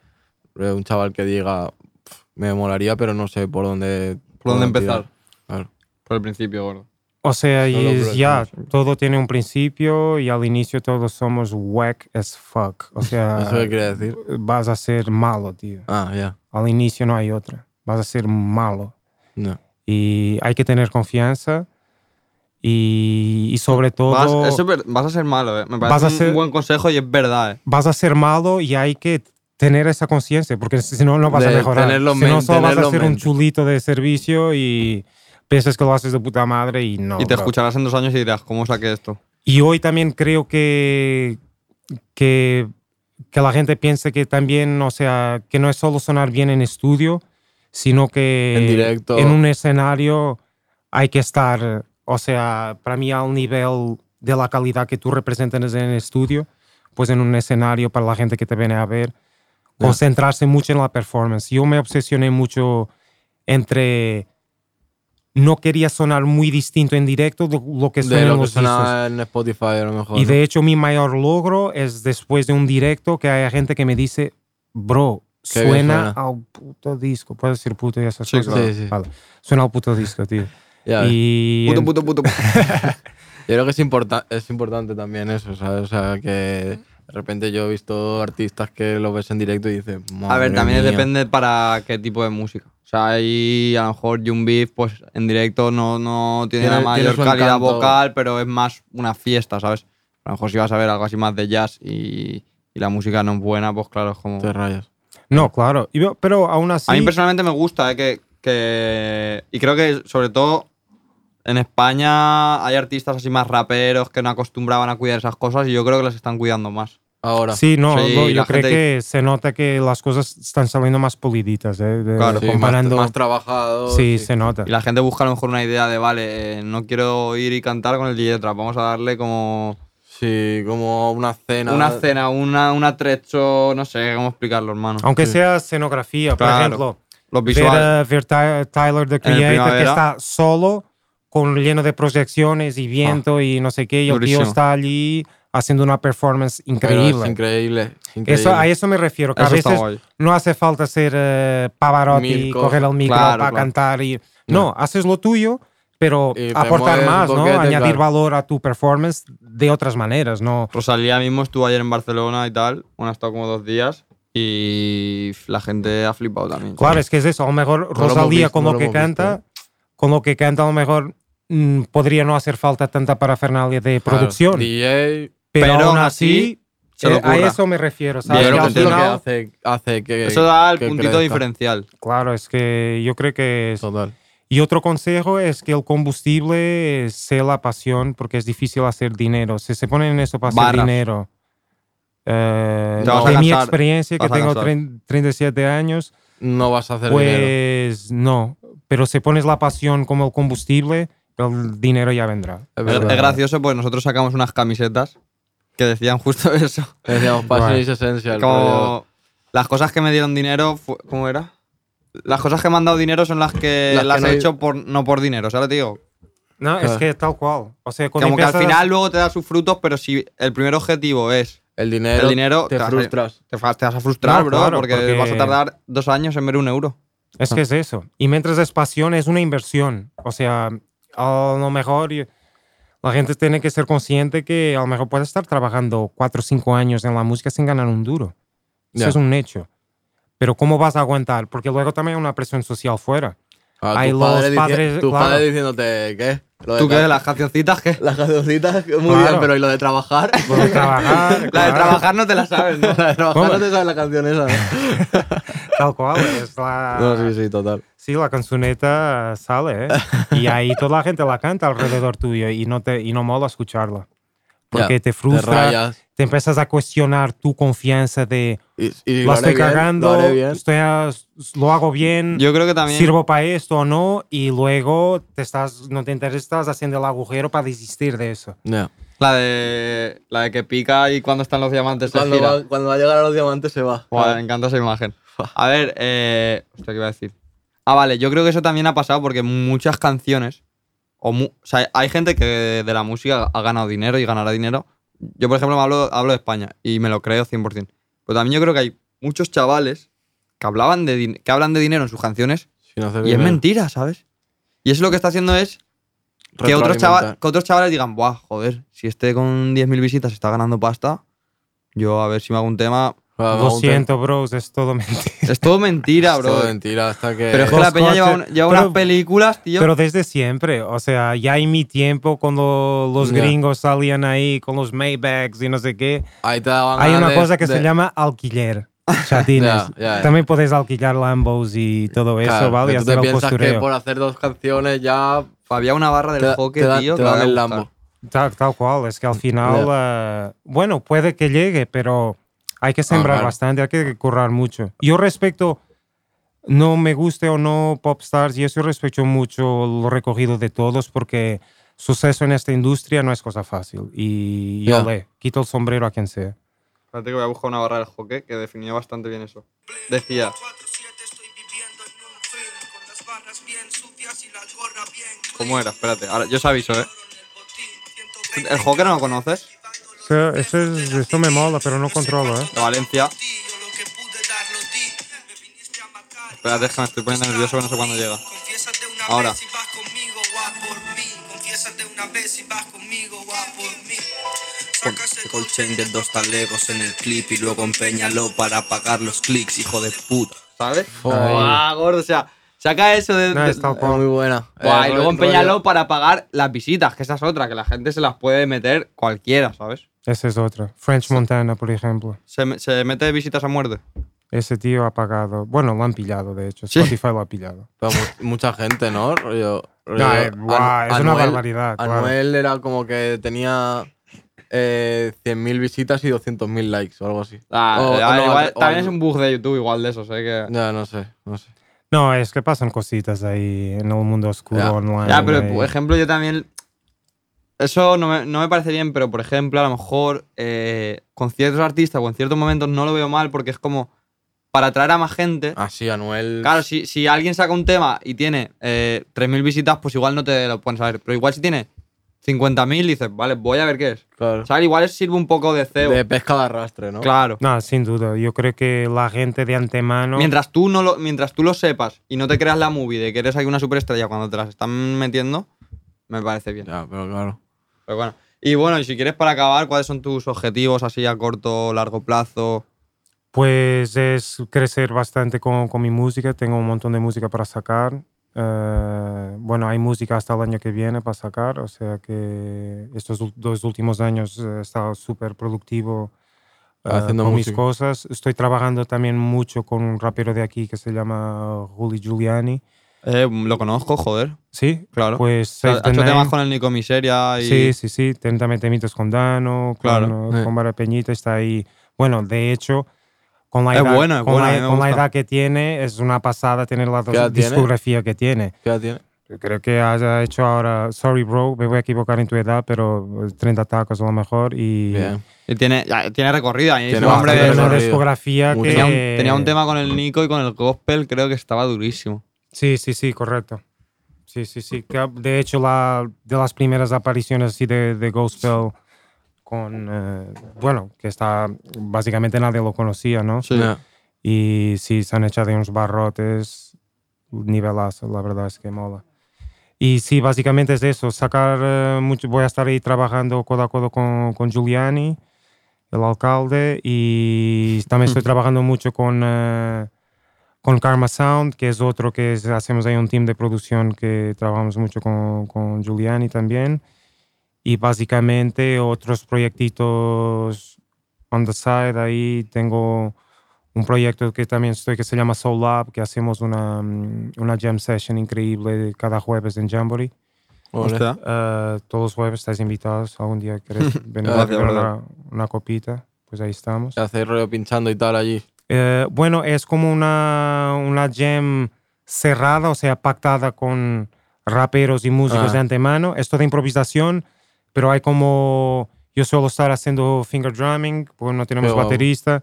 B: Rollo, Un chaval que diga, "Pf, me molaría, pero no sé por dónde.
D: ¿Por dónde empezar?
B: tirar. Claro.
D: Por el principio, gordo.
C: O sea, y
B: Solo
C: es
B: brotes,
C: ya,
B: sí.
C: todo tiene un principio y al inicio todos somos whack as fuck. O sea,
B: ¿Eso qué quería decir?
C: vas a ser malo, tío.
B: Ah, ya.
C: Al inicio no hay otra. Vas a ser malo.
B: No.
C: Y hay que tener confianza y, y sobre todo
D: Vas,
C: vas,
D: eso es ver- vas a ser malo, ¿eh? Me
C: Vas
D: parece
C: a
D: un
C: ser-
D: buen consejo y es verdad, ¿eh?
C: a ser malo y hay que tener esa conciencia porque si no, no vas
B: De
C: a mejorar.
B: tenerlo en
C: si no,
B: mente,
C: solo vas
B: tenerlo
C: a
B: en
C: ser un
B: mente.
C: chulito de servicio y piensas que lo haces de puta madre y no.
D: y te
C: bro.
D: escucharás en dos años y dirás, ¿cómo saqué esto?
C: Y hoy también creo que, que, que la gente piensa que también, o sea, que no es solo sonar bien en estudio, sino que
B: En directo.
C: en un escenario hay que estar, o sea, para mí al nivel de la calidad que tú representas en el estudio, pues en un escenario para la gente que te viene a ver,
B: Ya.
C: concentrarse mucho en la performance. Yo me obsesioné mucho entre... No quería sonar muy distinto en directo de lo que suena
B: de
C: en
B: lo que
C: los discos.
B: sonaba en Spotify, a lo mejor.
C: Y
B: ¿no?
C: de hecho mi mayor logro es después de un directo que haya gente que me dice, bro,
B: Qué bien
C: suena
B: suena".
C: al puto disco. ¿Puedo decir puto y esas
D: Sí,
C: cosas?
B: claro. Sí, sí.
C: Vale. Suena al puto disco, tío.
B: Ya ves.
C: y
D: Puto, puto, puto. puto.
B: Yo creo que es, importa- es importante también eso, ¿sabes? O sea, que de repente yo he visto artistas que lo ves en directo y dices,
D: A ver,
B: "Madre
D: también
B: mía".
D: depende para qué tipo de música. O sea, ahí a lo mejor Jun Beef, pues en directo no, no tiene
B: Tiene-
D: la
B: tiene
D: mayor
B: su
D: calidad
B: encanto.
D: vocal, pero es más una fiesta, ¿sabes? A lo mejor si vas a ver algo así más de jazz y, y la música no es buena, pues claro, es como.
B: Te rayas.
C: No, claro. Y yo- pero aún así...
D: A mí personalmente me gusta, eh, que, que- Y creo que sobre todo en España hay artistas así más raperos que no acostumbraban a cuidar esas cosas y yo creo que las están cuidando más.
B: Ahora.
C: Sí, no,
D: Sí,
C: lo- yo
D: la
C: creo
D: gente-
C: que se nota que las cosas están saliendo más puliditas, ¿eh? De-
D: Claro,
B: Sí,
C: comparando...
B: más, más trabajado.
C: sí, se nota.
D: Y la gente busca a lo mejor una idea de, vale, eh, no quiero ir y cantar con el DJ Trap, vamos a darle como
B: Sí, como una cena.
D: una cena, una, un atrecho, no sé cómo explicarlo, hermano.
C: Aunque sea escenografía, por
D: Claro.
C: ejemplo.
D: Los
C: ver,
D: visuales.
C: a- ver Ty- Tyler the
D: En el
C: Creator que
D: primavera.
C: está solo con lleno de proyecciones y viento y no sé qué y el
D: durísimo.
C: tío está allí haciendo una performance
B: pero
C: increíble.
B: Es increíble. es increíble.
C: Eso, a eso me refiero, que
D: Eso
C: a
D: está
C: veces
D: guay.
C: no hace falta ser eh, Pavarotti,
B: Mil cosas.
C: coger el micro
D: Claro,
C: para
D: claro.
C: cantar y... No, haces lo tuyo, pero
B: Y te
C: aportar
B: mueves un
C: más, ¿no?
B: poquete,
C: Añadir
B: claro.
C: valor a tu performance de otras maneras, ¿no?
D: Rosalía mismo estuvo ayer en Barcelona y tal, bueno, ha estado como dos días y la gente ha flipado también.
C: Claro, es que es eso. A lo mejor
B: lo hemos
C: Rosalía
B: visto,
C: con
B: no
C: lo,
B: lo
C: que
B: hemos visto,
C: canta, con lo que canta a lo mejor mm, podría no hacer falta tanta parafernalia de
B: Claro,
C: producción.
B: DJ.
C: pero,
D: pero
C: aún
D: aún
C: así,
D: se lo
C: eh, a
D: curra.
C: eso me refiero.
B: Yo
C: ¿sabes?
D: Bien,
B: creo
C: Que
D: lo
B: que es lo
C: al
B: que
C: final-
B: hace, hace que.
D: Eso da el
B: que
D: puntito
B: crezca.
D: diferencial.
C: claro, es que yo creo que... es-
B: Total.
C: Y otro consejo es que el combustible sea la pasión, porque es difícil hacer dinero. Si se ponen en eso para hacer
D: Barras.
C: dinero, eh,
D: Te vas a
C: de mi
D: cansar,
C: experiencia, que
D: vas a
C: tengo
D: cansar.
C: 30 37 años,
B: No vas a hacer dinero.
C: Pues no, pero si pones la pasión como el combustible, el dinero ya vendrá.
B: Es
D: Es,
B: verdad.
D: es gracioso porque nosotros sacamos unas camisetas que decían justo eso.
B: Decíamos
C: Bueno.
B: Passion is Essential. rollo.
D: Como las cosas que me dieron dinero, fu- ¿cómo era? Las cosas que me han dado dinero son las que
B: Las
D: las,
B: que
D: he
B: no hay-
D: hecho por, no por dinero, ¿sabes? lo que Te digo.
C: No, es
B: Claro.
C: que tal cual. O sea, cuando
D: Como que al
C: empiezas-
D: final luego te da sus frutos, pero si el primer objetivo es
B: El dinero.
D: el dinero,
B: Te
D: vas a-
B: frustras.
D: Te, fa- te vas a
C: No,
D: frustrar, bro,
C: claro,
D: porque,
C: porque-
D: vas a tardar dos años en ver un euro.
C: Es que es eso. Y mientras es pasión, es una inversión. O sea, a lo mejor y- la gente tiene que ser consciente que a lo mejor puede estar trabajando cuatro o cinco años en la música sin ganar un duro. Eso
B: Ya.
C: es un hecho. Pero ¿cómo vas a aguantar? Porque luego también hay una presión social fuera.
B: Ah,
C: Hay
B: tus
C: los
B: padres, dici-
C: padres,
B: tus
C: claro.
B: padres diciéndote, ¿qué? Lo de
D: ¿Tú qué?
B: tra-
D: ¿Las cancioncitas qué?
B: Las cancioncitas, muy
C: Claro.
B: bien, pero ¿y lo de trabajar?
C: Lo de trabajar,
D: La de
C: claro.
D: trabajar no te la sabes, ¿no?
B: La de trabajar
C: Hombre.
B: no te sabes la canción esa, ¿no?
C: Tal cual. Es la...
B: No, sí, sí, total.
C: Sí, la canzoneta sale, ¿eh? Y ahí toda la gente la canta alrededor tuyo y no, te, y no mola escucharla. Porque
B: Ya,
C: te
B: Te
C: frustra, te,
B: rayas.
C: empiezas a cuestionar tu confianza de
B: Y, y
C: lo
B: lo haré
C: estoy
B: bien,
C: cagando,
B: Lo haré bien.
C: estoy a- lo hago bien,
D: Yo creo que también...
C: sirvo para esto o no, y luego te estás, no te interesa, estás haciendo el agujero para desistir de eso.
B: Ya.
D: La de, la de que pica y cuando están los diamantes se
B: Cuando
D: gira.
B: va, cuando va a llegar a los diamantes se va.
D: Buah, me encanta esa imagen. A ver, eh, hostia, ¿qué iba a decir? Ah, vale, yo creo que eso también ha pasado porque muchas canciones. O, mu- o sea, hay gente que de, la música ha ganado dinero y ganará dinero. Yo, por ejemplo, me hablo, hablo de España y me lo creo 100%. Pero también yo creo que hay muchos chavales que, hablaban de din- que hablan de dinero en sus canciones
B: Si no hace
D: y es
B: primero.
C: eh,
D: mentira, ¿sabes? Y eso lo que está haciendo es que otros, chava-
B: Retroalimentar.
D: que otros chavales digan, Buah, joder, si este con 10.000 visitas está ganando pasta, yo a ver si me hago un tema.
B: Ah,
C: Lo
B: aún te-
C: siento, bros, es todo mentira.
D: Es todo mentira,
B: es
D: bro.
B: todo mentira hasta que.
D: Pero es que la
C: Dos
D: peña lleva,
C: coches,
D: un- lleva
C: pero-
D: unas películas, tío.
C: Pero desde siempre, o sea, ya en mi tiempo cuando los
B: Ya.
C: gringos salían ahí con los Maybags y no sé qué,
B: ahí te daban
C: hay
B: ganas
C: una
B: de-
C: cosa que se
B: de-
C: llama alquiler. Chatines.
B: ya, ya.
C: También podéis alquilar Lambos y todo eso,
B: Claro,
C: ¿vale? Y
B: que tú te
C: hacer el
B: piensas que
C: postureo.
B: por hacer dos canciones ya.
D: Había una barra
B: te
D: del
B: da-
D: hockey,
B: te da-
D: tío.
B: te
D: que la
B: dan
D: voy a
B: el
D: buscar.
B: Lambo.
C: Tal, tal cual, es que al final, eh, bueno, puede que llegue, pero hay que sembrar
B: claro.
C: bastante, hay que currar mucho. Yo respecto, no me guste o no Popstars, y eso respeto mucho lo recogido de todos, porque suceso en esta industria no es cosa fácil. Y yo
B: Ya.
C: le quito el sombrero a quien sea.
D: Espérate que voy a buscar una barra del hockey que definía bastante bien eso. Decía,
E: 4-7 estoy viviendo en un film Con las barras bien sucias y la gorra bien
D: ¿cómo era? Espérate, ahora, yo os aviso, ¿eh? ¿El hockey no lo conoces?
C: eso, me mola, pero no controlo, ¿eh?
D: De
E: Yo
D: Valencia.
E: lo que pude dar lo di Me viniste a matar
D: Espérate, es que me estoy poniendo nervioso que no sé cuándo llega.
E: Confiésate una
D: Ahora.
E: vez si vas conmigo o a por mí Confiésate una vez si vas conmigo o a por mí
F: Pon ese colchón de dos talegos en el clip y luego empeñalo para pagar los clics, hijo de puta.
D: ¿Sabes?
B: Ahí.
D: Buah, gordo, o sea, saca eso de.
C: No,
D: de-
C: es tal
B: Es
C: cual.
B: muy buena.
D: Buah,
B: Eh,
D: y luego
B: rollo-
D: empeñalo para pagar las visitas, que esa es otra, que la gente se las puede meter cualquiera, ¿sabes?
C: Esa es otra. French Montana, por ejemplo.
D: Se, me- se mete visitas a muerte.
C: Ese tío ha pagado, bueno, lo han pillado, de hecho.
D: Sí.
C: Spotify lo ha pillado.
B: Pero mu- mucha gente, ¿no? Rollo- rollo-
C: eh, buah,
B: An-
C: es una barbaridad, claro.
B: Anuel era como que tenía eh, 100.000 visitas y 200.000 likes o algo así.
D: Ah,
B: O-
D: ah,
B: o no,
D: igual,
B: o-
D: también es un bug de YouTube, igual de esos, ¿eh? Que...
B: Ya, no sé, no sé.
C: No, es que pasan cositas ahí en el mundo oscuro
B: Ya.
C: online.
D: Ya, pero pues,
C: ahí.
D: por ejemplo, yo también. Eso no me, no me parece bien, pero por ejemplo, a lo mejor eh, con ciertos artistas o en ciertos momentos no lo veo mal porque es como para atraer a más gente.
B: Así, Anuel.
D: Claro, si, si alguien saca un tema y tiene eh, 3.000 visitas, pues igual no te lo pueden saber. Pero igual si tiene 50.000, dices, vale, voy a ver qué es.
B: claro.
D: O sea, igual sirve un poco de cebo.
B: De pesca de arrastre, ¿no?
D: Claro.
C: No, sin duda. Yo creo que la gente de antemano.
D: Mientras, tú no lo, mientras tú lo sepas y no te creas la movie de que eres aquí una superestrella cuando te las están metiendo, me parece bien.
B: Ya, pero claro.
D: Pero bueno. Y bueno, y si quieres para acabar, ¿cuáles son tus objetivos así a corto largo plazo?
C: Pues es crecer bastante con, con mi música. Tengo un montón de música para sacar. Eh, bueno, hay música hasta el año que viene para sacar. O sea que estos ul- dos últimos años eh, he estado súper productivo eh,
B: Haciendo
C: con mis
B: música.
C: cosas. Estoy trabajando también mucho con un rapero de aquí que se llama Juli Giuliani.
D: Eh, lo conozco, joder.
C: Sí,
D: Claro.
C: pues
D: O sea,
C: Save
D: ha
C: the
D: hecho temas
C: Nine.
D: con el Nico Miseria y.
C: Sí, sí, sí. Ten- También temitos con Dano,
D: Claro,
C: con,
B: sí.
C: eh, con Vara Peñita, está ahí. Bueno, de hecho, con la
D: Es
C: edad,
D: bueno, es
C: con
D: bueno, a
C: la,
D: mí me
C: con la
D: gusta.
C: edad que tiene, es una pasada tener la
B: edad tiene?
C: discografía que tiene.
B: ¿Qué edad tiene?
C: Yo creo que haya hecho ahora, sorry bro, me voy a equivocar en tu edad, pero eh, 30 tacos a lo mejor y...
B: Bien.
D: y tiene, ya, tiene recorrida. Y es
B: Tiene
D: un hombre-
B: bastante
C: tiene una
B: recorrido.
C: discografía que...
B: Mucho.
D: tenía, un, tenía un tema con el Nico y con el Gospel, creo que estaba durísimo.
C: Sí, sí, sí, correcto. Sí, sí, sí. que, ah, De hecho, la, de las primeras apariciones así de, de Gospel con... eh, bueno, que está... Básicamente nadie lo conocía, ¿no?
B: Ya.
C: Y sí, se han echado unos barrotes, un nivelazo, la verdad es que mola. Y sí, básicamente es eso, sacar eh, mucho, voy a estar ahí trabajando codo a codo con, con Giuliani, el alcalde, y también estoy trabajando mucho con, eh, con Karma Sound, que es otro que es- hacemos ahí un team de producción que trabajamos mucho con, con Giuliani también. Y básicamente otros proyectitos on the side, ahí tengo un proyecto que también estoy que se llama Soul Lab, que hacemos una, mm, una jam session increíble cada jueves en Jamboree.
B: Ole.
D: Hostia.
C: Eh, todos los jueves estáis invitados, algún día queréis venir a
D: Gracias,
C: beber
D: brother.
C: una, una copita, pues ahí estamos.
B: Y Hacéis rollo pinchando y tal allí.
C: Eh, bueno, es como una, una jam cerrada, o sea, pactada con raperos y músicos
B: Ah.
C: de antemano. Es toda improvisación, pero hay como... Yo suelo estar haciendo finger drumming, porque no tenemos
B: Qué guapo.
C: baterista.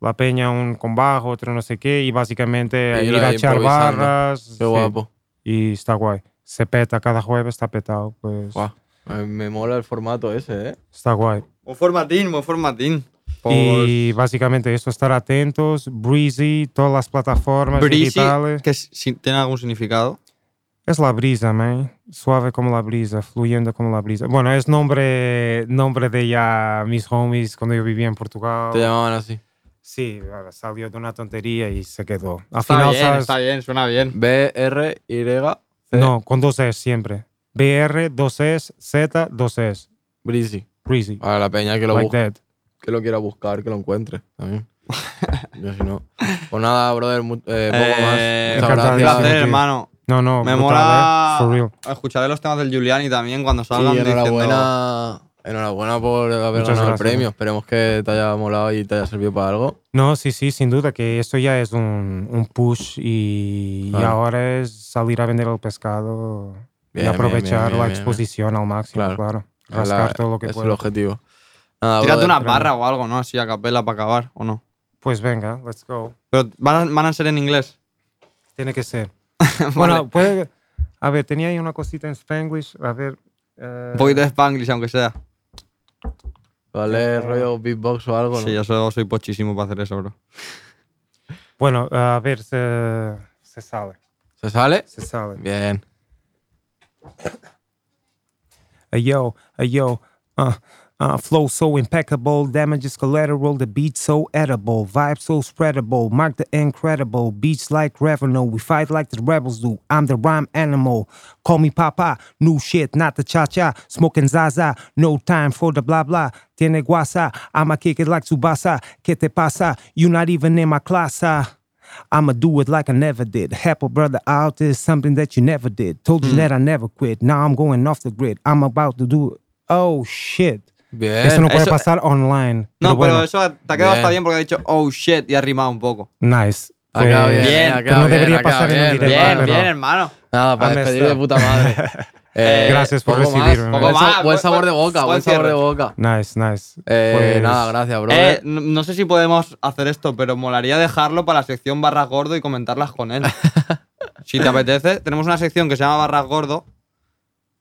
C: La peña un con bajo, otro no sé qué, y básicamente
B: Y ir
C: ir a
B: ahí
C: echar
B: improvisando.
C: barras. sí,
B: Qué guapo.
C: Y está guay. Se peta cada jueves, está petado. Pues
B: Guau. Eh, Me mola el formato ese, ¿eh?
C: está guay.
D: Buen formatín, buen formatín. Por
C: Y básicamente eso, estar atentos. Breezy, todas las plataformas
D: Breezy,
C: digitales.
D: que s- si- tiene algún significado.
C: Es la brisa, man. Suave como la brisa, fluyendo como la brisa. Bueno, es nombre, nombre de ya mis homies cuando yo vivía en Portugal.
B: Te llamaban así.
C: Sí, ahora salió de una tontería y se quedó. Al
D: Está
C: final,
D: bien,
C: ¿sabes?
D: está bien, suena bien.
B: B, R, Y, C,
C: No, con dos S siempre. BR, dos S, Z, dos S.
B: Breezy.
C: Breezy.
D: Ah,
B: Para la peña que lo,
C: Like
B: busque,
C: that.
B: que lo quiera buscar, que lo encuentre también. Yo si no. Pues nada, brother, mu- eh, poco más.
D: Eh,
B: Muchas
C: encantado.
D: un
B: gracias.
D: placer,
C: Sí.
D: hermano.
C: No, no,
D: Me
C: brutal,
D: mola
C: eh, For real.
D: escucharé los temas del Giuliani también cuando
B: Sí,
D: salgan diciendo-
B: enhorabuena, enhorabuena por haber
C: Muchas
B: ganado
C: gracias,
B: el premio. Esperemos que te haya molado y te haya servido para algo.
C: No, sí, sí, sin duda que esto ya es un, un push y, y
B: Claro.
C: ahora es salir a vender el pescado
B: Bien,
C: y
B: bien, bien,
C: aprovechar
B: bien,
C: la
B: bien, bien.
C: exposición al máximo,
B: Claro.
C: claro.
B: La-
C: Rascar todo lo que
B: es
C: pueda.
B: el objetivo. Nada,
D: Tírate
B: brother.
D: una barra o algo, ¿no? Así a capela para acabar, ¿o no?
C: Pues venga, let's go.
D: Pero van a, van a ser en inglés.
C: Tiene que ser.
D: Vale.
C: Bueno, puede... A ver, tenía ahí una cosita en Spanglish. A ver... eh,
D: Un poquito de spanglish, aunque sea.
B: Vale, rollo beatbox o algo. ¿no?
D: Sí, yo so- soy pochísimo para hacer eso, bro.
C: Bueno, a ver, se, se sale.
B: ¿Se sale?
C: Se sale.
B: Bien.
C: Hey yo, hey yo, uh, uh, flow so impeccable, damage is collateral, the beat so edible, vibe so spreadable, mark the incredible, beats like revenue, we fight like the rebels do, I'm the rhyme animal, call me papa, new shit, not the cha-cha, smoking zaza, no time for the blah blah, tiene guasa, I'ma kick it like Tsubasa, que te pasa, you not even in my class, ah. I'ma do it like I never did. Help a brother out is something that you never did. Told you that I never quit. Now I'm going off the grid. I'm about to do it. Oh shit.
B: Bien.
C: Eso no puede
D: eso-
C: pasar online.
D: No, pero,
C: bueno,
D: eso te ha quedado hasta
B: Bien.
D: bien porque ha dicho, oh shit, y ha rimado un poco.
C: nice.
B: Ha quedado bien,
C: Pues,
B: ha quedado
D: Bien,
C: pero no
B: bien,
C: debería
B: ha
C: pasar
B: quedado
C: en un
B: bien,
C: directo,
D: Bien,
B: hermano.
C: pero-
D: bien, hermano.
B: Nada, para
C: Han
B: despedir de
C: estado.
B: puta madre. Eh,
C: Gracias por
B: poco más,
C: recibirme.
B: poco
D: Buen
B: más,
D: sa-
B: buen sabor de
D: buen-
B: boca,
D: buen
B: buen sabor
D: cierre.
B: de boca.
C: Nice, nice.
B: Eh,
C: Pues,
B: nada, gracias, bro.
D: Eh, no, no sé si podemos hacer esto, pero molaría dejarlo para la sección barras gordo y comentarlas con él. si te apetece, tenemos una sección que se llama barras gordo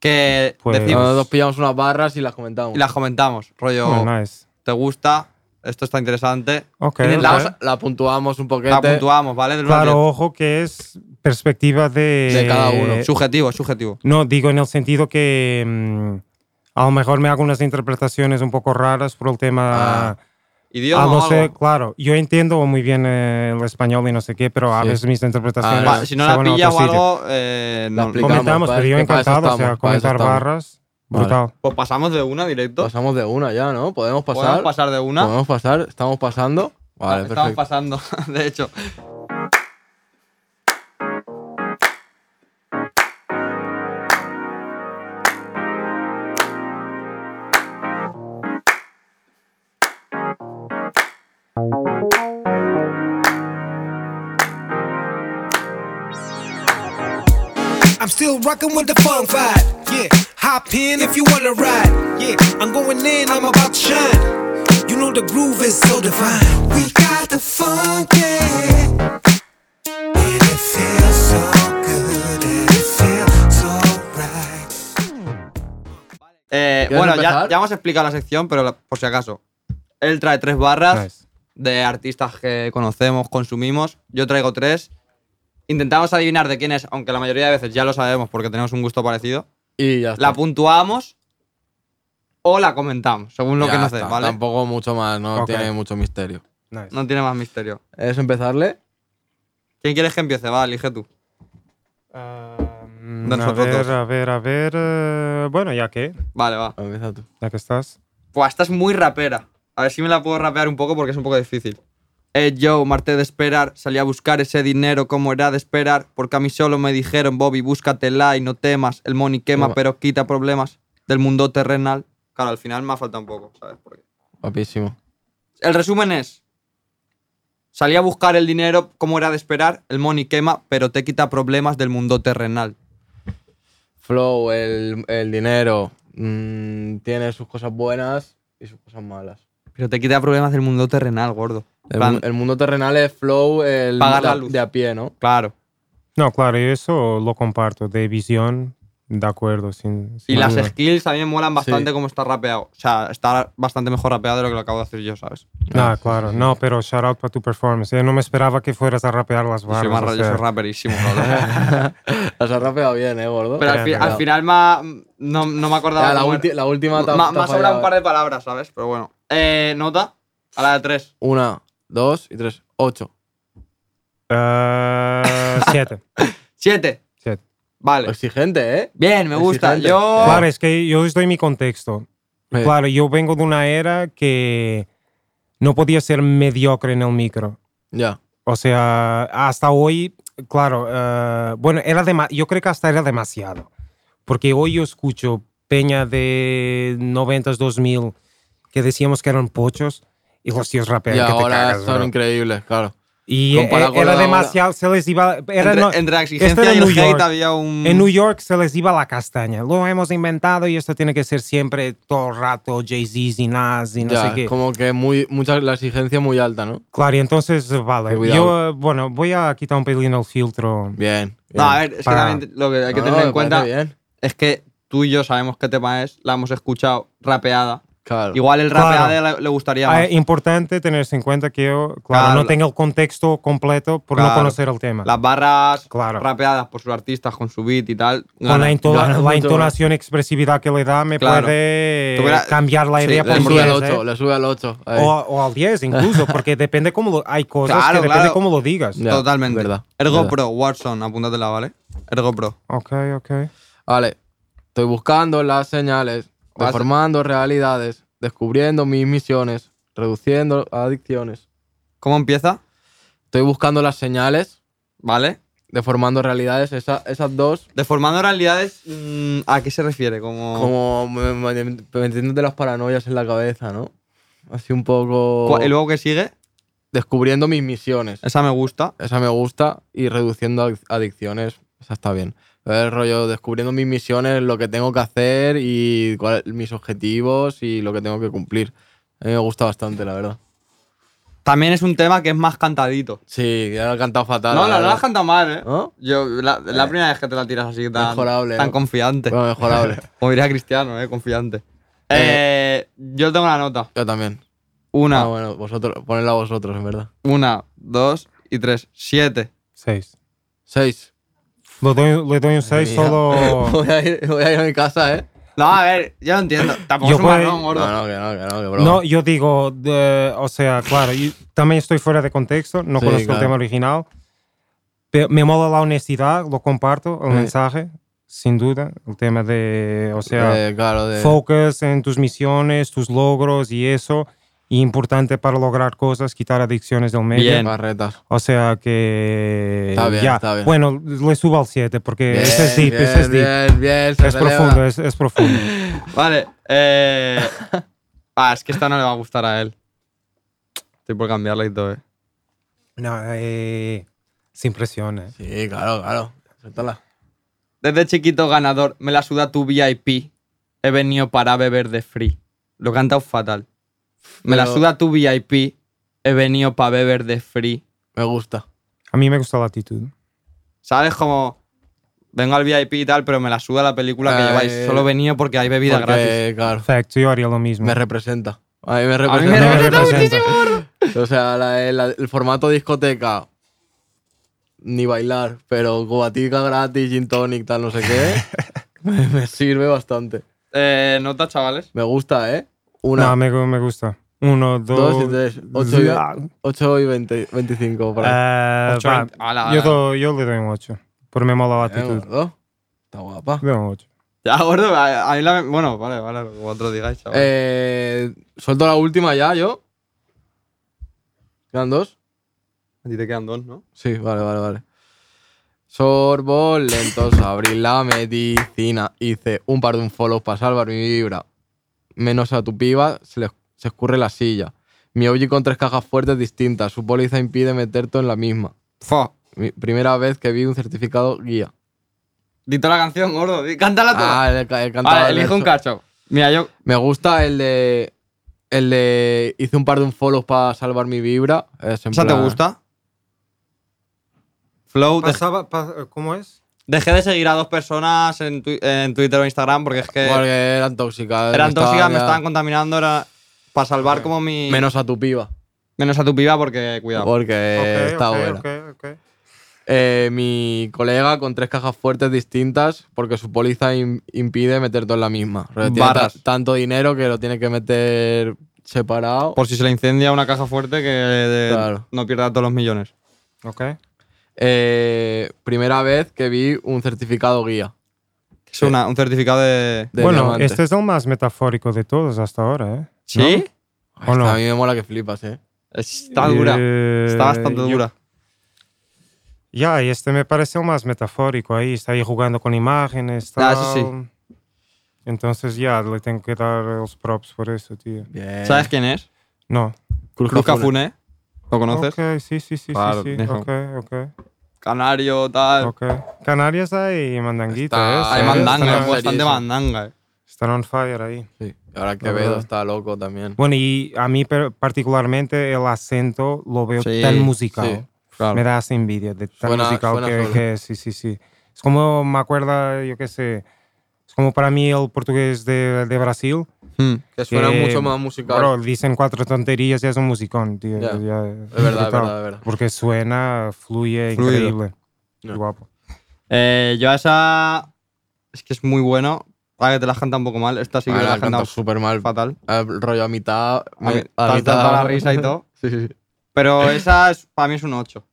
D: que
C: Pues- eh,
D: decimos
B: Nosotros pillamos unas barras y las comentamos.
D: y las comentamos. Rollo,
C: oh, nice.
D: ¿te gusta? Esto está interesante.
C: Ok.
D: Tienen
C: ok.
D: la-
B: Las- la puntuamos un poquete.
D: La puntuamos, ¿vale? Del uno al
C: Claro, ojo que es perspectiva de...
B: De cada
C: eh,
B: uno.
D: diez. Subjetivo, subjetivo.
C: No, digo en el sentido que mm, a lo mejor me hago unas interpretaciones un poco raras por el tema...
B: Ah.
D: Idioma
C: Ah, no
D: o
C: sé,
D: algo.
C: claro. Yo entiendo muy bien eh, el español y no sé qué, pero a
B: Sí.
C: veces mis interpretaciones.
B: Ah,
D: Va, si no
C: eh, se
D: la
C: van a
D: pillas
C: otro
D: o
C: sitio.
D: algo, eh,
B: La
D: no-
B: explicamos.
C: Comentamos,
B: para-
C: pero yo
B: que pues, para eso
C: encantado, o sea,
B: estamos, para eso
C: comentar
B: estamos.
C: barras.
B: Vale.
C: Brutal.
D: Pues pasamos de una directo.
B: Pasamos de una ya, ¿no? Podemos pasar.
D: Podemos pasar de una.
B: Podemos pasar. Estamos pasando. Vale,
D: Estamos
B: perfecto.
D: pasando, de hecho.
G: I'm still rocking with the funk vibe. Yeah, hop in if you wanna ride. Yeah, I'm going in, I'm about to shine. You know the groove is so divine. We got the funk, yeah. And it feels so good, and it feels so right.
D: Eh,
B: ¿Quieres
D: bueno, ya,
B: empezar?
D: ya hemos explicado la sección, pero la- por si acaso. Él trae tres barras
C: Nice.
D: de artistas que conocemos, consumimos. Yo traigo tres. Intentamos adivinar de quién es, aunque la mayoría de veces ya lo sabemos porque tenemos un gusto parecido.
B: Y ya está.
D: La puntuamos o la comentamos, según lo
B: Ya
D: que nos dé,
B: está.
D: ¿vale?
B: Tampoco mucho más, no
C: Ok.
B: tiene mucho misterio.
C: nice.
D: No tiene más misterio.
B: ¿Es empezarle?
D: ¿Quién quieres que empiece? Va, elige tú.
C: Um, a
D: nosotros
C: ver,
D: dos.
C: a ver, a ver. eh, bueno, ya que,
D: Vale, va.
B: Empieza tú.
C: ya que estás.
D: Pues esta es muy rapera. A ver si me la puedo rapear un poco porque es un poco difícil. Eh, yo, Marte de esperar, salí a buscar ese dinero como era de esperar, porque a mí solo me dijeron, Bobby, búscatela y no temas, el money quema,
B: Toma.
D: pero quita problemas del mundo terrenal. Claro, al final me ha faltado un poco, ¿sabes? Porque-
B: Guapísimo.
D: El resumen es, salí a buscar el dinero como era de esperar, el money quema, pero te quita problemas del mundo terrenal.
B: Flow, el, el dinero. mm, tiene sus cosas buenas y sus cosas malas.
D: Pero te quita problemas del mundo terrenal, gordo.
B: El,
D: Plan-
B: mu- el mundo terrenal es flow, el
D: Pagar
B: de,
D: la
B: a-
D: luz.
B: de a pie, ¿no?
D: Claro.
C: No, claro, eso lo comparto de visión De acuerdo, sin,
D: Y
C: sin
D: las
C: duda.
D: skills a mí me molan bastante
B: Sí.
D: como está rapeado. O sea, está bastante mejor rapeado de lo que lo acabo de hacer yo, ¿sabes?
C: Ah, claro, no, pero shout out para tu performance. Yo no me esperaba que fueras a rapear las
D: Yo soy
C: barras.
D: más
C: o
D: ra- yo
C: sea.
D: soy rapperísimo, cabrón.
B: Las has rapeado bien, eh, gordo.
D: Pero al, fi- al
B: Cuidado.
D: final ma- no, no me acordaba.
B: Ya, la,
D: cómo era.
B: ulti- la última te ha-
D: Ma-
B: te
D: me
B: ha
D: ha sobrado
B: fallado,
D: un par
B: eh.
D: de palabras, ¿sabes? Pero bueno. Eh, nota. A la de tres.
B: Una, dos y tres. Ocho.
C: Eh, siete.
D: Siete.
C: siete.
D: Vale.
C: Pues
B: Exigente, ¿eh?
D: Bien, me gusta.
B: Exigente.
D: Yo.
C: Claro, es que yo les doy mi contexto.
B: Sí.
C: Claro, yo vengo de una era que no podía ser mediocre en el micro.
B: Ya.
C: O sea, hasta hoy, claro, eh, bueno, era dema- yo creo que hasta era demasiado. Porque hoy yo escucho peña de 90s, 2000 que decíamos que eran pochos y los tíos rapean
B: Y
C: que te
B: ahora
C: cagas,
B: son
C: bro.
B: increíbles, claro.
C: Y eh,
B: comparado con la
C: era
B: de ahora.
C: demasiado, se les iba... Era,
D: entre,
C: no-
D: entre la
C: esto
D: exigencia
C: era
D: y
C: en
D: el
C: New
D: hate
C: York.
D: había un.
C: en New York se les iba la castaña. Lo hemos inventado y esto tiene que ser siempre todo el rato Jay-Z y Nas y no
B: ya,
C: sé qué.
B: como que muy, mucha, la exigencia muy alta, ¿no?
C: Claro, y entonces, vale, yo,
B: Cuidado.
C: eh, bueno, voy a quitar un pelín el filtro.
B: Bien.
D: No, a ver, es
C: Para-
D: que también lo que hay que
B: No,
D: tener
B: me
D: en cuenta
B: parece bien.
D: es que tú y yo sabemos qué tema es, la hemos escuchado rapeada.
B: Claro.
D: Igual el
C: Claro.
D: rapeada le, le gustaría
C: Ah,
D: más.
C: Es importante tenerse en cuenta que yo, claro, no
D: Claro.
C: tengo el contexto completo por no
D: Claro.
C: conocer el tema.
D: Las barras
C: Claro.
D: rapeadas por sus artistas con su beat y tal.
C: Con la,
D: ganan.
C: into-
B: gana
C: la
B: mucho.
C: entonación, expresividad que le da, me
D: Claro.
C: puede
D: Tuviera-
C: cambiar la
D: Sí,
C: idea
D: le
C: por
B: le sube
D: diez,
B: al
C: 10,
B: 8,
C: ¿eh?
B: le sube al 8.
C: o, o al 10 incluso, porque depende cómo lo- hay cosas
D: Claro,
C: que depende
D: claro.
C: cómo lo digas.
B: Ya,
D: Totalmente.
B: verdad,
D: Ergo
B: verdad.
D: Pro, Watson, apúntatela, ¿vale? Ergo Pro.
C: Ok, ok.
B: Vale. Estoy buscando las señales,
D: Vas-
B: deformando realidades, descubriendo mis misiones, reduciendo adicciones.
D: ¿Cómo empieza?
B: Estoy buscando las señales,
D: ¿Vale?
B: deformando realidades, esa- esas dos,
D: Deformando realidades, mm, ¿a qué se refiere? Como,
B: como me- me- metiéndote las paranoias en la cabeza, ¿no? Así un poco.
D: ¿Y luego que sigue?
B: Descubriendo mis misiones.
D: Esa me gusta.
B: Esa me gusta. Y reduciendo adic- adicciones. Esa está bien. El rollo descubriendo mis misiones, lo que tengo que hacer y cuál- mis objetivos y lo que tengo que cumplir. A mí me gusta bastante, la verdad.
D: También es un tema que es más cantadito.
B: Sí, ya lo he cantado fatal.
D: no,
B: la
D: la no
B: verdad.
D: la has cantado mal, ¿eh?
B: ¿No? Eh.
D: Yo, la, la primera vez que te la tiras así tan,
B: Mejorable,
D: tan
B: ¿no?
D: confiante.
B: Bueno, mejorable.
D: Como diría Cristiano, ¿eh? Confiante. Eh, yo tengo una nota.
B: Yo también.
D: Una,
B: Ah, bueno, vosotros, ponedla vosotros, en verdad.
D: una, dos y tres. Siete.
C: 6.
B: Seis.
C: Le doy, le doy un 6
B: mía.
C: solo...
B: Voy a, ir, voy a ir a mi casa, ¿eh?
D: No, a ver, yo lo entiendo. Tampoco
C: Yo
D: es un
C: puedo-
D: marrón, gordo.
B: No, no, que no, que no, que broma.
C: No, yo digo, de- o sea, claro, yo también estoy fuera de contexto, no
B: Sí,
C: conozco
B: claro.
C: el tema original, pero me mola la honestidad, lo comparto, el
B: Sí.
C: mensaje, sin duda, el tema de, o sea,
B: Eh, claro, de-
C: focus en tus misiones, tus logros y eso, y importante para lograr cosas, quitar adicciones del medio.
D: Bien.
B: barretas.
C: O sea que.
B: Está bien,
C: ya.
B: está bien.
C: Bueno, le subo al 7 porque
B: Bien,
C: ese es deep,
B: bien,
C: ese es deep.
B: Bien, bien, se
C: Es
B: releva.
C: profundo, es, es profundo.
D: Vale. Eh... Ah, es que esta no le va a gustar a él. Estoy por cambiarla y todo, ¿eh?
C: no, eh, sin eh. presiones.
B: Sí, claro, claro. Suéltala.
D: Desde chiquito ganador, me la suda tu VIP. He venido para beber de free. Lo he cantado fatal. Me la
B: Pero-
D: suda tu VIP. He venido para beber de free.
B: Me gusta.
C: A mí me gusta la actitud.
D: ¿Sabes? Como vengo al VIP y tal, pero me la suda la película que
B: Eh,
D: lleváis. Solo he venido porque hay bebida gratis.
B: Porque, claro,
C: Perfecto, yo haría lo mismo.
B: me representa. A mí me
D: A mí
B: representa.
D: me
C: No
D: representa
C: representa.
B: O sea, la- la- el formato discoteca, ni bailar, pero cubatica gratis, gin tonic, tal, no sé qué, me, me sirve bastante.
D: Eh, nota, chavales.
B: Me gusta, ¿eh?
C: no,
B: Una,
C: me, gu- me gusta. Uno, dos,
B: dos y tres, ocho y, ocho y veinte- 25. por ahí.
C: Eh,
D: Ocho,
C: va,
D: veinte. Ah, Ala,
C: yo,
D: ala.
C: do- yo le doy un 8. Porque me mola la
B: Eh,
C: actitud.
B: gordo. Está guapa.
C: Le doy un 8.
D: Ya, gordo, a, a mí la- Bueno, vale, vale, lo que vosotros digáis, chavales.
B: Eh, Suelto la última ya, yo. ¿Quedan dos?
D: A ti te quedan dos, ¿no?
B: Sí, vale, vale, vale. Sorbo lentos, abrí la medicina. Hice un par de unfollows para salvar mi vibra. Menos a tu piba, se, le- se escurre la silla. Mi OG con tres cajas fuertes distintas. Su póliza impide meterte en la misma.
D: Fua.
B: Mi primera vez que vi un certificado guía.
D: Dito la canción, gordo. di- Cántala toda.
B: Ah, el, el cantaba
D: vale,
B: el
D: elijo un
B: verso.
D: cacho. Mira, yo.
B: Me gusta el de. El de. Hice un par de unfollows para salvar mi vibra. Es en
D: ¿Esa te
B: plan- Pues
D: gusta? Flow, de-
C: Pasaba, pa- ¿Cómo es?
D: Dejé de seguir a dos personas en, twi- en Twitter o Instagram porque es que
B: Porque eran tóxicas.
D: Eh, eran
B: estaba
D: tóxicas, me
B: ya-
D: estaban contaminando. Era para salvar como mi.
B: Menos a tu piba.
D: menos a tu piba porque, cuidado.
B: Porque
C: Ok,
B: Eh, está
C: ok,
B: buena.
C: ok, ok.
B: Eh, mi colega con tres cajas fuertes distintas porque su póliza im- impide meter todo en la misma. Pero tiene
D: Barras.
B: ta- tanto dinero que lo tiene que meter separado.
D: Por si se le incendia una caja fuerte que de-
B: Claro.
D: no pierda todos los millones.
C: Ok.
B: Eh, primera vez que vi un certificado guía.
D: Es una- un certificado de.
B: de
C: bueno,
B: diamante.
C: este es el más metafórico de todos hasta ahora, ¿eh?
D: ¿Sí?
C: ¿O no?
B: A mí me mola que flipas, eh.
D: Está dura.
C: Eh,
D: Está bastante
C: yo-
D: dura.
C: Ya, y este me parece el más metafórico ahí. Está ahí jugando con imágenes.
D: Ah, eso sí.
C: tal. Entonces ya, le tengo que dar los props por eso, tío.
B: Bien.
D: ¿Sabes quién es?
C: No.
D: Cruz Cafune. ¿Lo conoces?
C: Ok, sí, sí, sí,
D: Claro,
C: sí. sí.
D: deja-
C: Ok, ok,
D: Canario, tal.
C: ok. Canarias hay mandanguita,
B: Está-
C: ¿eh?
D: Hay
B: Sí,
D: mandanga,
B: está
D: es bastante
B: serísimo.
D: mandanga. eh.
C: Están on fire ahí.
B: Sí. Ahora
C: verdad.
B: Quevedo está loco también.
C: Bueno, y a mí per- particularmente el acento lo veo
D: Sí,
C: tan musical.
B: sí,
D: claro.
C: Me das envidia de tan
B: Suena-
C: musical
B: suena
C: que,
B: solo.
C: que es, sí, sí, sí. Es como me acuerda, yo qué sé, es como para mí el portugués de, de Brasil.
D: Hmm.
B: Que suena
C: que,
B: mucho más musical.
C: Bro, dicen cuatro tonterías y es un musicón, tío.
B: Ya. es
C: ya
B: verdad, es
C: brutal.
B: verdad, es verdad.
C: Porque suena, fluye,
D: Fluido.
C: increíble.
B: Ya.
C: Guapo.
D: Eh, yo a esa. Es que es muy bueno. Para que te la canta un poco mal. Esta sí que
B: Ahora
D: me la
B: Ah, la
D: ha cantado
B: canto súper mal.
D: fatal.
B: Ah, rollo a mitad.
D: A
B: me-
D: mí- tanta- tanta la risa y todo.
B: Sí, sí, sí.
D: Pero esa es- para mí es un 8.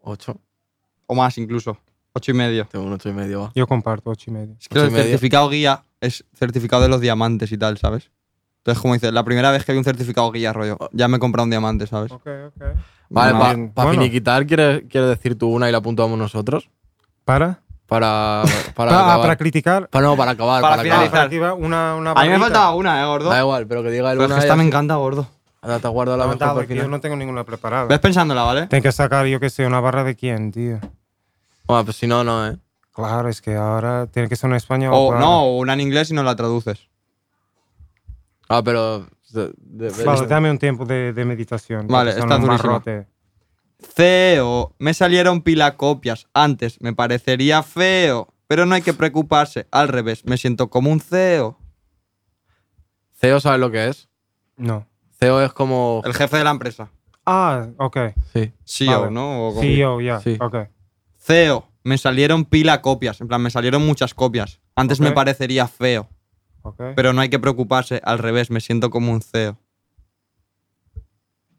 B: Ocho.
D: O más incluso. 8 y medio.
B: Tengo un ocho y medio, va.
C: Yo comparto ocho y medio.
D: Es que
B: Ocho y
D: el
B: medio.
D: certificado guía es certificado de los diamantes y tal, ¿sabes? Entonces, como dices, la primera vez que vi un certificado guía, rollo, ya me he comprado un diamante, ¿sabes?
C: Ok, ok.
B: Vale,
D: No.
B: para
C: bien. Bueno.
B: finiquitar, ¿quieres, quieres decir tú una y la apuntamos nosotros?
C: ¿Para?
B: Para. Para,
C: Ah,
B: acabar.
C: para criticar.
B: Pa- no, para acabar.
D: Para
B: Para,
C: Ah,
D: finalizar.
B: acabar.
C: para activar una, una
D: A mí me
C: barrita.
D: faltaba una, ¿eh, gordo?
B: Da igual, pero que diga el
D: Pero es
B: una.
D: que
B: y
D: esta me
B: así-
D: encanta, gordo.
B: Ahora te guardo la
C: No,
B: mejor
C: dale,
B: por
C: que yo
B: final.
C: no tengo ninguna preparada.
D: Ves pensándola, ¿vale?
C: Tengo que sacar, yo qué sé, una barra de quién, tío.
B: Bueno, pues si no, no, eh.
C: Claro, es que ahora tiene que ser un español.
D: O
C: claro.
D: Oh, no, o una en inglés y no la traduces.
B: Ah, pero. de- de- de-
C: Vale, dame un tiempo de, de meditación.
D: Vale,
C: porque son
D: está
C: un
D: durísimo.
C: barrote.
D: Feo. Me salieron pilacopias antes. Me parecería feo. Pero no hay que preocuparse. Al revés, me siento como un CEO.
B: CEO, ¿sabes lo que es?
C: No.
B: CEO es como.
D: El jefe de la empresa.
C: Ah, ok.
B: Sí.
D: CEO,
C: Vale.
D: ¿no? O como-
C: Sí, yo, ya.
B: Sí.
C: Ok.
D: CEO. Me salieron pila copias. En plan, me salieron muchas copias. Antes me
C: Ok.
D: parecería feo.
C: ok.
D: Pero no hay que preocuparse. Al revés, me siento como un CEO.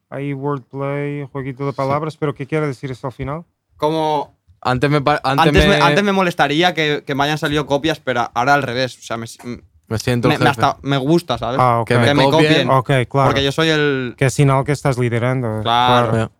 C: Hay wordplay, jueguito de palabras, pero ¿qué quiere decir eso al final?
D: Como.
B: Antes me. pa- Antes,
D: Antes, me,
B: me,
D: antes me molestaría que, que me hayan salido copias, pero ahora al revés. O sea, me,
B: me siento. el
D: me, me
B: jefe.
D: hasta- me gusta, ¿sabes?
C: Ah, ok.
B: Que
D: Pues, que
B: me
D: me
B: copien.
D: copien.
C: Ok, claro.
D: Porque yo soy el.
C: Que es sinal que estás liderando.
D: Claro.
B: Ya.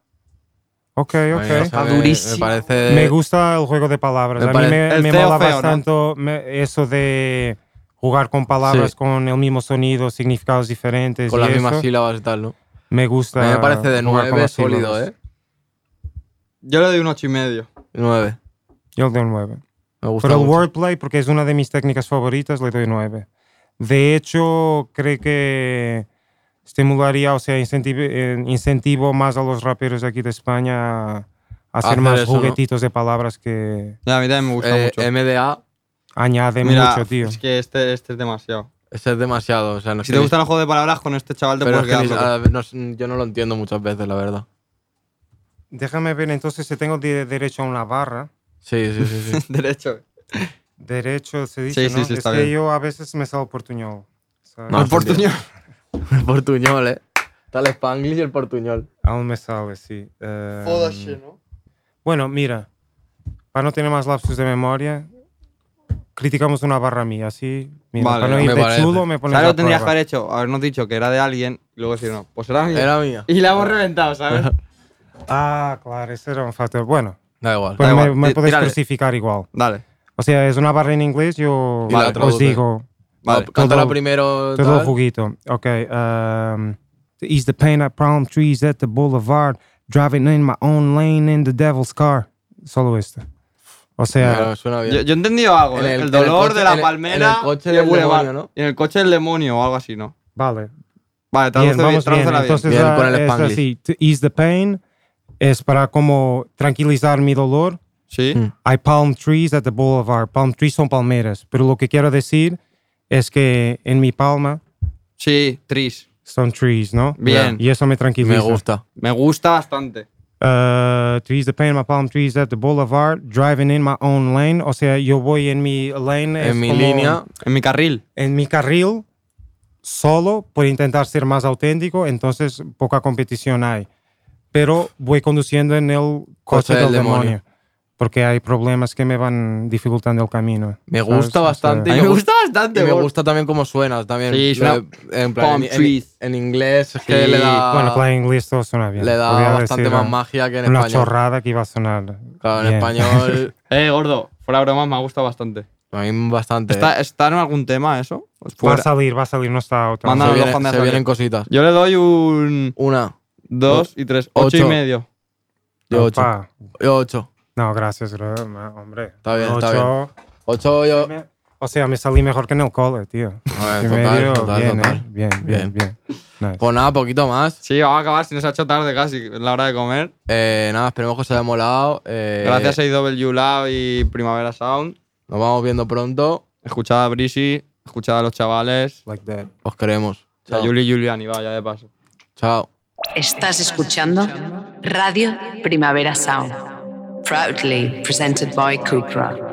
C: Ok,
B: Bueno, ya
C: ok.
B: sabes,
A: durísimo.
B: Me parece.
C: Me gusta el juego de palabras.
B: Eh, Me
C: A mí
B: parece-
C: me,
D: el
C: me
D: feo,
C: mola
D: feo, ¿no?
C: bastante me- eso de jugar con palabras
B: Sí.
C: con el mismo sonido, significados diferentes.
B: Con
C: y
B: las
C: eso.
B: mismas sílabas y tal, ¿no?
C: Me gusta.
B: A mí me parece de
C: jugar con
B: 9
C: las
B: sólido,
C: sílabas.
B: ¿eh?
D: Yo le doy un ocho y medio.
B: 9.
C: Yo le doy un 9.
B: Me gusta.
C: Pero el
B: mucho.
C: wordplay, porque es una de mis técnicas favoritas, le doy 9. De hecho, creo que estimularía, o sea, incentivo, eh, incentivo más a los raperos aquí de España a hacer
B: Hacer
C: más
B: eso, ¿no?
C: juguetitos de palabras que
D: Ya, a mí también me gusta
B: Eh, em
D: mucho.
B: MDA,
C: añaden
D: Mira,
C: mucho, tío.
D: Es que este, este es demasiado.
B: ese es demasiado. O sea, no
D: Si
B: sé
D: te
B: ni-
D: gustan los juegos de palabras, con este chaval te
B: Pero ah.
D: puedes
B: es que
D: quedar
B: ni-
D: loco.
B: a ver, no s- yo no lo entiendo muchas veces, la verdad.
C: Déjame ver, entonces, si tengo de- derecho a una barra.
B: Sí, sí, sí. sí.
D: Derecho.
C: Derecho, se dice,
D: sí,
C: ¿no?
D: sí,
C: es
D: está
C: que
D: bien.
C: yo a veces me salgo portuñol. ¿sabes?
B: No,
D: el portuñol.
B: portuñol, eh. Está el Spanglish y el portuñol.
C: Aún me sale, sí. Eh, Bueno, mira, para no tener más lapsus de memoria, criticamos una barra mía, así. Mira,
D: Vale,
C: para no
D: me
C: ir de
B: parece.
C: chulo, me pones
D: ¿Sabes lo
C: a
D: que tendrías que
C: prueba.
D: haber hecho? Habernos dicho que era de alguien y luego decir, no, pues era mío.
B: Era mía.
D: Y la hemos reventado, ¿sabes?
C: Ah, claro, ese era un factor. Bueno,
B: Da igual.
C: pues
D: Da
C: me,
D: igual,
C: me
D: tí-
C: podéis
D: tírale.
C: crucificar igual.
D: Dale.
C: O sea, es una barra en inglés, yo
B: Y la
C: os
B: traduce.
C: digo,
D: Vale.
B: No, cántala
C: Todo-
B: primero.
C: te doy
B: tal.
C: el juguito. Ok, um, to ease the pain at palm trees at the boulevard, driving in my own lane in the devil's car. Solo esto. O sea,
B: Pero suena bien.
D: Yo, yo he entendido algo,
B: En
D: ¿eh?
B: el-
D: el,
B: en el
D: dolor
B: coche-
D: de la
B: en el-
D: palmera
B: en el coche
D: y
B: del
D: boulevard.
B: demonio, ¿no?
D: Y en el coche del demonio o algo así, ¿no?
C: vale. Bien,
D: Vale, traduce bien,
C: vamos bien.
D: tradúcela bien.
C: Entonces
B: Bien,
C: ah,
B: con el
C: es
B: Spanglish.
C: así, to ease the pain es para como tranquilizar mi dolor
D: Sí.
B: Mm.
C: Hay palm trees at the boulevard. Palm trees son palmeras. Pero lo que quiero decir es que en mi palma
D: Sí, Tris.
C: son trees, ¿no?
D: Bien.
C: Y eso me tranquiliza.
B: Me gusta.
D: Me gusta bastante.
C: Uh, trees de Pain, my palm trees at the boulevard. Driving in my own lane. O sea, yo voy en mi lane. es
B: En mi
C: como-
B: línea,
D: En mi carril.
C: en mi carril solo por intentar ser más auténtico, entonces poca competición hay. Pero voy conduciendo en el coche del, demonio. porque hay problemas que me van dificultando el camino.
B: Me
C: ¿sabes?
B: gusta
C: O sea,
B: bastante.
D: A mí
B: Y
D: me
B: me
D: gusta
B: y
D: bastante,
B: me
D: bro.
B: gusta también cómo suenas también.
D: Sí,
B: Le-
D: suena-
B: en, plan,
D: Palm
B: en- en,
D: trees.
B: en inglés es que
D: Sí.
B: le da,
C: bueno, claro, en inglés todo suena bien.
B: le da
C: Podría
B: bastante
C: decir,
B: más
C: ah,
B: magia que en
C: Una
B: español.
C: chorrada que iba a sonar.
B: Claro, en
C: bien.
B: español
D: Eh, gordo. Fuera bromas, me gusta bastante.
B: a mí bastante. ¿eh?
D: ¿Está, está en algún tema eso? Pues
C: Va a
D: fuera.
C: salir, va a salir, no está otra.
D: Manda-
B: se
D: no,
B: viene-
D: Juan de
B: se
D: Javier.
B: vienen cositas.
D: Yo le doy un
B: Una,
D: 2 y 3. 8 y
B: Ocho.
D: medio.
B: yo ocho.
C: Opa.
B: Yo ocho.
C: No, gracias, bro, no, hombre.
B: Está bien, está
C: Ocho.
B: Ocho, yo...
C: O sea, me salí mejor que en el cole, tío.
B: A ver,
C: Y
B: total,
C: medio,
B: total,
C: bien,
B: total.
C: eh, bien, bien,
B: Bien.
C: bien. Nice.
B: Pues nada, poquito más.
D: Sí, vamos a acabar si nos ha hecho tarde casi. Es la hora de comer.
B: Eh, nada, esperemos que os haya molado. eh,
D: Gracias a IW Lab y Primavera Sound.
B: Nos vamos viendo pronto.
D: Escuchad a Brisi, escuchad a los chavales.
C: Like that.
B: Os queremos.
D: Y a
B: Chao.
D: Juli Juliani, vaya de paso.
B: Chao.
A: Estás escuchando Radio Primavera Sound, proudly presented by Cupra.